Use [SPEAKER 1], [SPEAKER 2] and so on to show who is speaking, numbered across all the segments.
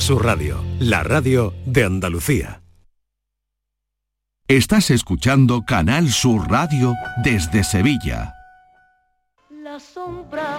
[SPEAKER 1] Sur Radio, la radio de Andalucía.
[SPEAKER 2] Estás escuchando Canal Sur Radio desde Sevilla.
[SPEAKER 3] La sombra,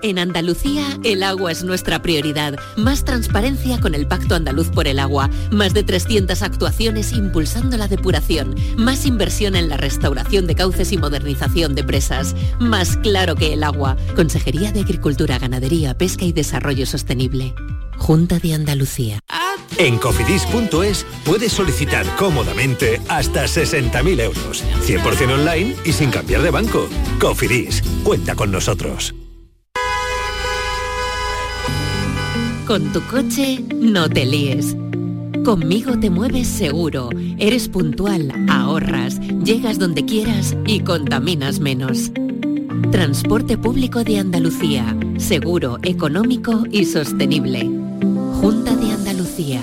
[SPEAKER 4] En Andalucía, el agua es nuestra prioridad. Más transparencia con el Pacto Andaluz por el Agua. Más de 300 actuaciones impulsando la depuración. Más inversión en la restauración de cauces y modernización de presas. Más claro que el agua. Consejería de Agricultura, Ganadería, Pesca y Desarrollo Sostenible. Junta de Andalucía.
[SPEAKER 1] En cofidis.es puedes solicitar cómodamente hasta 60.000 euros. 100% online y sin cambiar de banco. Cofidis, cuenta con nosotros.
[SPEAKER 4] Con tu coche no te líes. Conmigo te mueves seguro, eres puntual, ahorras, llegas donde quieras y contaminas menos. Transporte público de Andalucía, seguro, económico y sostenible. Junta de Andalucía.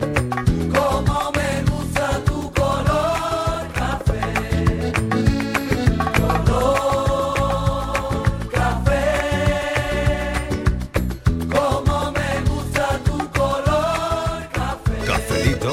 [SPEAKER 5] Como me gusta tu color café, color café. Como me gusta tu color café,
[SPEAKER 2] Cafelito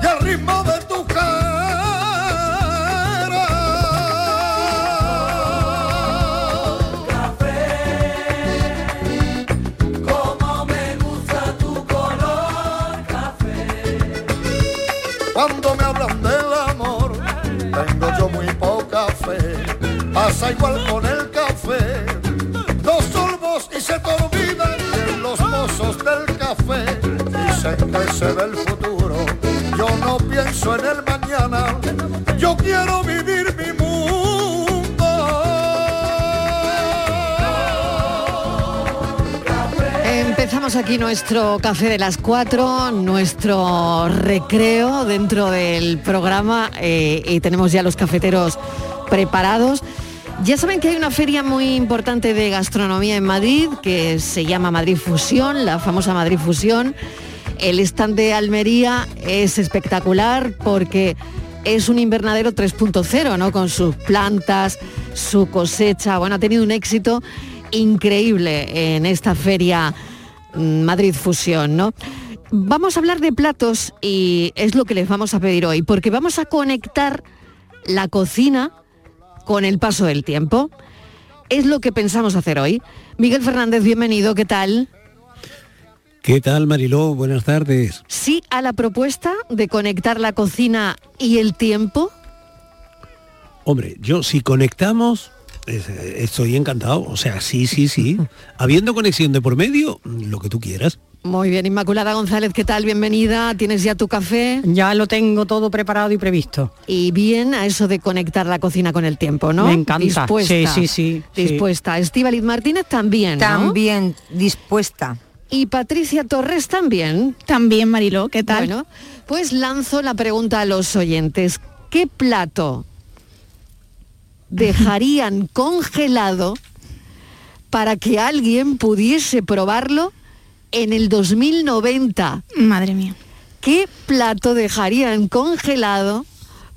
[SPEAKER 6] y el ritmo de tu
[SPEAKER 5] como me gusta tu color
[SPEAKER 6] Cuando me hablan del amor, tengo yo muy poca fe. Pasa igual con el café. Dos sorbos y se te olvidan de los pozos del café. Dicen que se ve el futuro. Yo no pienso en el mañana. Yo quiero vivir mi mundo.
[SPEAKER 7] Empezamos aquí nuestro café de las 4, nuestro recreo dentro del programa eh, y tenemos ya los cafeteros preparados. Ya saben que hay una feria muy importante de gastronomía en Madrid que se llama Madrid Fusión, la famosa Madrid Fusión. El stand de Almería es espectacular porque es un invernadero 3.0, ¿no? Con sus plantas, su cosecha. Bueno, ha tenido un éxito increíble en esta feria mm, Madrid Fusión, ¿no? Vamos a hablar de platos y es lo que les vamos a pedir hoy, porque vamos a conectar la cocina con el paso del tiempo. Es lo que pensamos hacer hoy. Miguel Fernández, bienvenido, ¿qué tal?
[SPEAKER 8] ¿Qué tal, Mariló? Buenas tardes.
[SPEAKER 7] Sí a la propuesta de conectar la cocina y el tiempo.
[SPEAKER 8] Hombre, yo si conectamos, es- eh, estoy encantado. O sea, sí, sí, sí. Habiendo conexión de por medio, lo que tú quieras.
[SPEAKER 7] Muy bien, Inmaculada González, ¿qué tal? Bienvenida. ¿Tienes ya tu café?
[SPEAKER 9] Ya lo tengo todo preparado y previsto.
[SPEAKER 7] Y bien a eso de conectar la cocina con el tiempo, ¿no?
[SPEAKER 9] Me encanta.
[SPEAKER 7] Dispuesta.
[SPEAKER 9] Sí, sí, sí, sí.
[SPEAKER 7] Dispuesta. Estíbaliz Martínez también, ¿no?
[SPEAKER 10] También dispuesta.
[SPEAKER 7] Y Patricia Torres también.
[SPEAKER 11] También, Mariló, ¿qué tal?
[SPEAKER 7] Bueno, pues lanzo la pregunta a los oyentes. ¿Qué plato dejarían congelado para que alguien pudiese probarlo en el 2090.
[SPEAKER 11] Madre mía.
[SPEAKER 7] ¿Qué plato dejarían congelado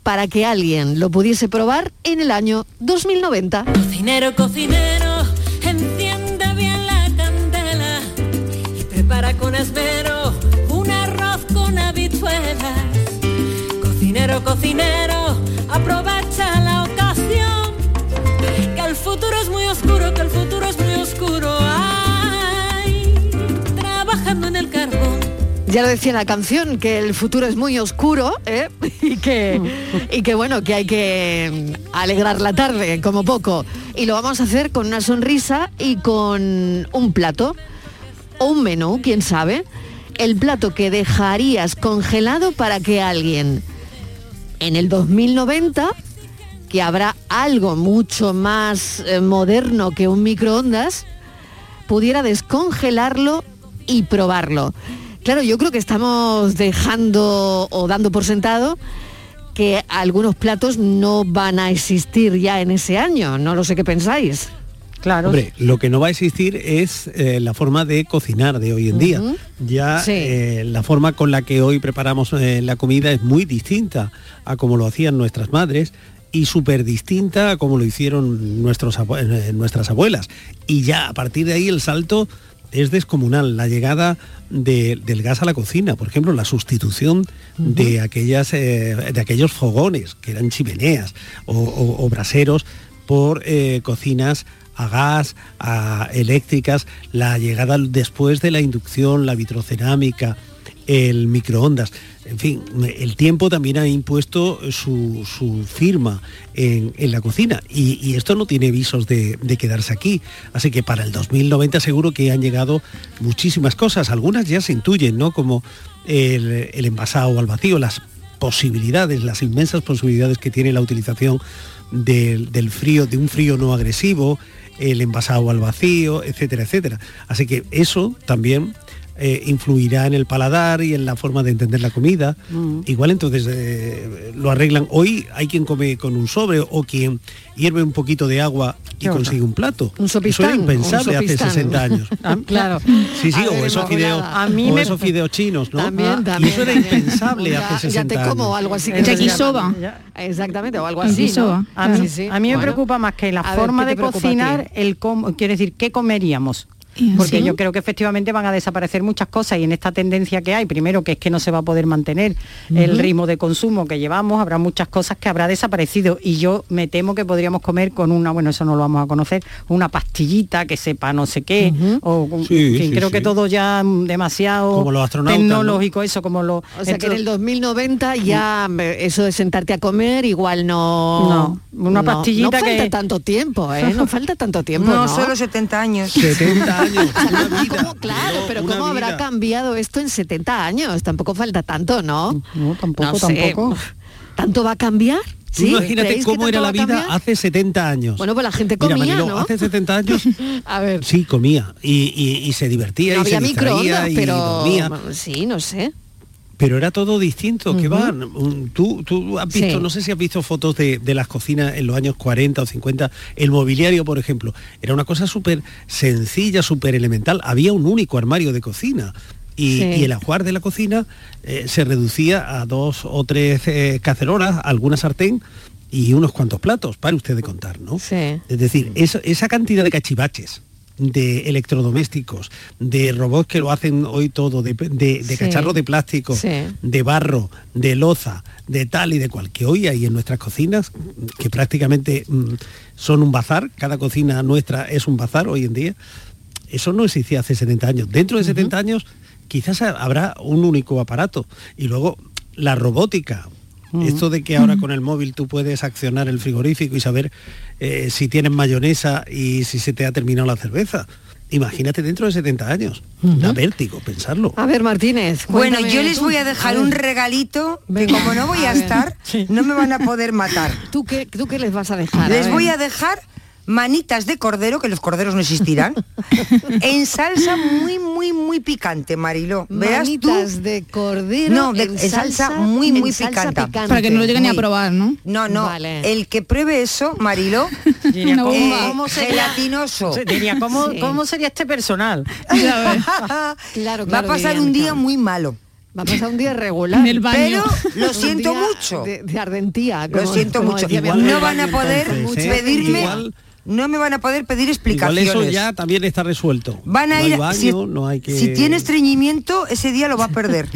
[SPEAKER 7] para que alguien lo pudiese probar en el año 2090?
[SPEAKER 12] Cocinero, cocinero, enciende bien la candela y prepara con esmero un arroz con habichuelas. Cocinero, cocinero, aprovecha la ocasión el futuro es muy oscuro, que el futuro es muy oscuro. Ay, trabajando en el carbón.
[SPEAKER 7] Ya lo decía la canción, que el futuro es muy oscuro ¿eh? y, que, y que bueno, que hay que alegrar la tarde, como poco. Y lo vamos a hacer con una sonrisa y con un plato o un menú, quién sabe. El plato que dejarías congelado para que alguien en el 2090 que habrá algo mucho más eh, moderno que un microondas, pudiera descongelarlo y probarlo. Claro, yo creo que estamos dejando o dando por sentado que algunos platos no van a existir ya en ese año. No lo sé qué pensáis.
[SPEAKER 9] Claro.
[SPEAKER 8] Hombre, lo que no va a existir es eh, la forma de cocinar de hoy en día.
[SPEAKER 7] Ujú.
[SPEAKER 8] Ya
[SPEAKER 7] Sí.
[SPEAKER 8] eh, la forma con la que hoy preparamos eh, la comida es muy distinta a como lo hacían nuestras madres y súper distinta a como lo hicieron nuestros abue- eh, nuestras abuelas. Y ya a partir de ahí el salto es descomunal, la llegada de- del gas a la cocina, por ejemplo, la sustitución de, aquellas, eh, de aquellos fogones que eran chimeneas o, o- o braseros por eh, cocinas a gas, a eléctricas, la llegada después de la inducción, la vitrocerámica, el microondas. En fin, el tiempo también ha impuesto su, su firma en, en la cocina y, y esto no tiene visos de, de quedarse aquí. Así que para el 2090 seguro que han llegado muchísimas cosas. Algunas ya se intuyen, ¿no? Como el, el envasado al vacío, las posibilidades, las inmensas posibilidades que tiene la utilización del, del frío, de un frío no agresivo, el envasado al vacío, etcétera, etcétera. Así que eso también eh, influirá en el paladar y en la forma de entender la comida. Igual entonces eh, lo arreglan. Hoy hay quien come con un sobre o quien hierve un poquito de agua y
[SPEAKER 7] Qué horror.
[SPEAKER 8] consigue un plato.
[SPEAKER 7] Un
[SPEAKER 8] eso
[SPEAKER 7] sopistán.
[SPEAKER 8] era
[SPEAKER 7] un
[SPEAKER 8] impensable hace
[SPEAKER 7] sopistán. Ah,
[SPEAKER 8] 60 años.
[SPEAKER 9] Ah,
[SPEAKER 7] claro.
[SPEAKER 8] Sí, sí,
[SPEAKER 7] A ver,
[SPEAKER 8] o esos
[SPEAKER 7] Inmaculada.
[SPEAKER 8] fideos,
[SPEAKER 7] A mí
[SPEAKER 8] o
[SPEAKER 7] me-
[SPEAKER 8] esos fideos chinos, ¿no?
[SPEAKER 7] También,
[SPEAKER 8] Ah, y
[SPEAKER 7] también,
[SPEAKER 8] eso era
[SPEAKER 7] también.
[SPEAKER 8] impensable
[SPEAKER 7] Ya-
[SPEAKER 8] hace
[SPEAKER 7] ya
[SPEAKER 8] 60
[SPEAKER 7] te como o
[SPEAKER 8] años.
[SPEAKER 7] algo así que
[SPEAKER 11] El
[SPEAKER 7] se llama.
[SPEAKER 11] yakisoba.
[SPEAKER 7] Exactamente, o algo así.
[SPEAKER 11] Yakisoba,
[SPEAKER 7] ¿no? Ah,
[SPEAKER 9] A mí,
[SPEAKER 7] Sí, sí.
[SPEAKER 9] a mí me
[SPEAKER 7] Bueno.
[SPEAKER 9] preocupa más que la
[SPEAKER 7] A ver,
[SPEAKER 9] forma
[SPEAKER 7] ¿qué te
[SPEAKER 9] de
[SPEAKER 7] preocupa a ti?
[SPEAKER 9] cocinar, el cómo, quiero decir, qué comeríamos.
[SPEAKER 11] ¿Y así?
[SPEAKER 9] Porque yo creo que efectivamente van a desaparecer muchas cosas y en esta tendencia que hay, primero que es que no se va a poder mantener el
[SPEAKER 11] Ujú.
[SPEAKER 9] ritmo de consumo que llevamos, habrá muchas cosas que habrá desaparecido y yo me temo que podríamos comer con una, bueno, eso no lo vamos a conocer, una pastillita que sepa no sé qué, o en
[SPEAKER 8] Sí,
[SPEAKER 9] fin,
[SPEAKER 8] sí,
[SPEAKER 9] creo que
[SPEAKER 8] sí.
[SPEAKER 9] todo ya mm, demasiado
[SPEAKER 8] Como los astronautas, ¿no?
[SPEAKER 9] tecnológico, eso como
[SPEAKER 7] O
[SPEAKER 9] lo...
[SPEAKER 7] sea que en
[SPEAKER 9] Entonces-
[SPEAKER 7] el 2090 ya eh, eso de sentarte a comer igual no...
[SPEAKER 9] No, una pastillita
[SPEAKER 7] no, no falta
[SPEAKER 9] que-
[SPEAKER 7] tanto tiempo, ¿eh? No falta tanto tiempo, ¿no?
[SPEAKER 10] No, solo 70 años.
[SPEAKER 8] 70 años, una vida.
[SPEAKER 7] Claro, pero
[SPEAKER 8] una
[SPEAKER 7] ¿cómo habrá
[SPEAKER 8] vida.
[SPEAKER 7] cambiado esto en 70 años? Tampoco falta tanto, ¿no?
[SPEAKER 9] No, tampoco,
[SPEAKER 7] No sé.
[SPEAKER 9] tampoco.
[SPEAKER 7] ¿Tanto va a cambiar?
[SPEAKER 8] Tú
[SPEAKER 7] ¿Sí?
[SPEAKER 8] imagínate
[SPEAKER 7] ¿Creéis que
[SPEAKER 8] cómo
[SPEAKER 7] tanto
[SPEAKER 8] era
[SPEAKER 7] va
[SPEAKER 8] la
[SPEAKER 7] a
[SPEAKER 8] vida
[SPEAKER 7] cambiar?
[SPEAKER 8] hace 70 años.
[SPEAKER 7] Bueno, pues la gente
[SPEAKER 8] Mira,
[SPEAKER 7] comía,
[SPEAKER 8] Mariló,
[SPEAKER 7] ¿no?
[SPEAKER 8] hace 70 años
[SPEAKER 7] A ver,
[SPEAKER 8] sí comía y, y- y se divertía
[SPEAKER 7] no
[SPEAKER 8] y
[SPEAKER 7] había
[SPEAKER 8] se distraía
[SPEAKER 7] microondas,
[SPEAKER 8] y
[SPEAKER 7] pero...
[SPEAKER 8] dormía.
[SPEAKER 7] Sí, no sé.
[SPEAKER 8] Pero era todo distinto, que va. mm, Tú, tú has visto,
[SPEAKER 7] Sí.
[SPEAKER 8] no sé si has visto fotos de, de las cocinas en los años 40 o 50, el mobiliario, por ejemplo, era una cosa súper sencilla, súper elemental. Había un único armario de cocina. Y,
[SPEAKER 7] Sí.
[SPEAKER 8] y el ajuar de la cocina eh, se reducía a dos o tres eh, cacerolas, alguna sartén y unos cuantos platos, para usted de contar, ¿no?
[SPEAKER 7] Sí.
[SPEAKER 8] Es decir, eso- esa cantidad de cachivaches, de electrodomésticos, de robots que lo hacen hoy todo, de, de- de
[SPEAKER 7] Sí.
[SPEAKER 8] cacharros de plástico,
[SPEAKER 7] Sí.
[SPEAKER 8] de barro, de loza, de tal y de cual, que hoy hay en nuestras cocinas, que prácticamente mm, son un bazar, cada cocina nuestra es un bazar hoy en día, eso no existía hace 70 años. Dentro de 70 años quizás ha- habrá un único aparato. Y luego la robótica.
[SPEAKER 7] Mm.
[SPEAKER 8] Esto de que ahora con el móvil tú puedes accionar el frigorífico y saber eh, si tienes mayonesa y si se te ha terminado la cerveza. Imagínate dentro de 70 años. Da vértigo pensarlo.
[SPEAKER 7] A ver, Martínez.
[SPEAKER 10] Bueno,
[SPEAKER 7] cuéntame
[SPEAKER 10] yo les
[SPEAKER 7] tú.
[SPEAKER 10] voy a dejar
[SPEAKER 7] ver.
[SPEAKER 10] un regalito que
[SPEAKER 7] Venga.
[SPEAKER 10] como no voy a,
[SPEAKER 7] A ver.
[SPEAKER 10] estar, no me van a poder matar.
[SPEAKER 7] ¿Tú qué, tú qué les vas a dejar?
[SPEAKER 10] Les voy a
[SPEAKER 7] ver.
[SPEAKER 10] dejar manitas de cordero, que los corderos no existirán, en salsa muy, muy, muy picante, Mariló. Verás tú.
[SPEAKER 7] Manitas de cordero.
[SPEAKER 10] No, de- en salsa muy,
[SPEAKER 7] en
[SPEAKER 10] muy
[SPEAKER 7] salsa
[SPEAKER 10] picante.
[SPEAKER 11] Para que no lo lleguen ni a
[SPEAKER 10] Muy.
[SPEAKER 11] probar, ¿no?
[SPEAKER 10] No, no,
[SPEAKER 11] Vale.
[SPEAKER 10] el que pruebe eso, Mariló,
[SPEAKER 11] Una bomba.
[SPEAKER 10] ¿cómo sería? gelatinoso.
[SPEAKER 9] Sí, diría, ¿cómo,
[SPEAKER 10] Sí.
[SPEAKER 9] ¿cómo sería este personal?
[SPEAKER 10] va a pasar un día muy malo.
[SPEAKER 7] Va a pasar un día regular.
[SPEAKER 10] En el baño. Pero lo
[SPEAKER 7] Un
[SPEAKER 10] siento
[SPEAKER 7] día
[SPEAKER 10] mucho.
[SPEAKER 7] De, de ardentía.
[SPEAKER 10] Lo
[SPEAKER 7] como-
[SPEAKER 10] siento
[SPEAKER 7] como
[SPEAKER 10] mucho.
[SPEAKER 7] decía mi abuela.
[SPEAKER 10] No van a poder
[SPEAKER 8] entonces, ¿eh?
[SPEAKER 10] pedirme,
[SPEAKER 8] Igual-
[SPEAKER 10] no me van a poder pedir
[SPEAKER 8] Igual
[SPEAKER 10] explicaciones.
[SPEAKER 8] eso ya también está resuelto.
[SPEAKER 10] Van a
[SPEAKER 8] No hay
[SPEAKER 10] ir a-
[SPEAKER 8] baño,
[SPEAKER 10] si-
[SPEAKER 8] no hay que...
[SPEAKER 10] Si tiene estreñimiento, ese día lo va a perder.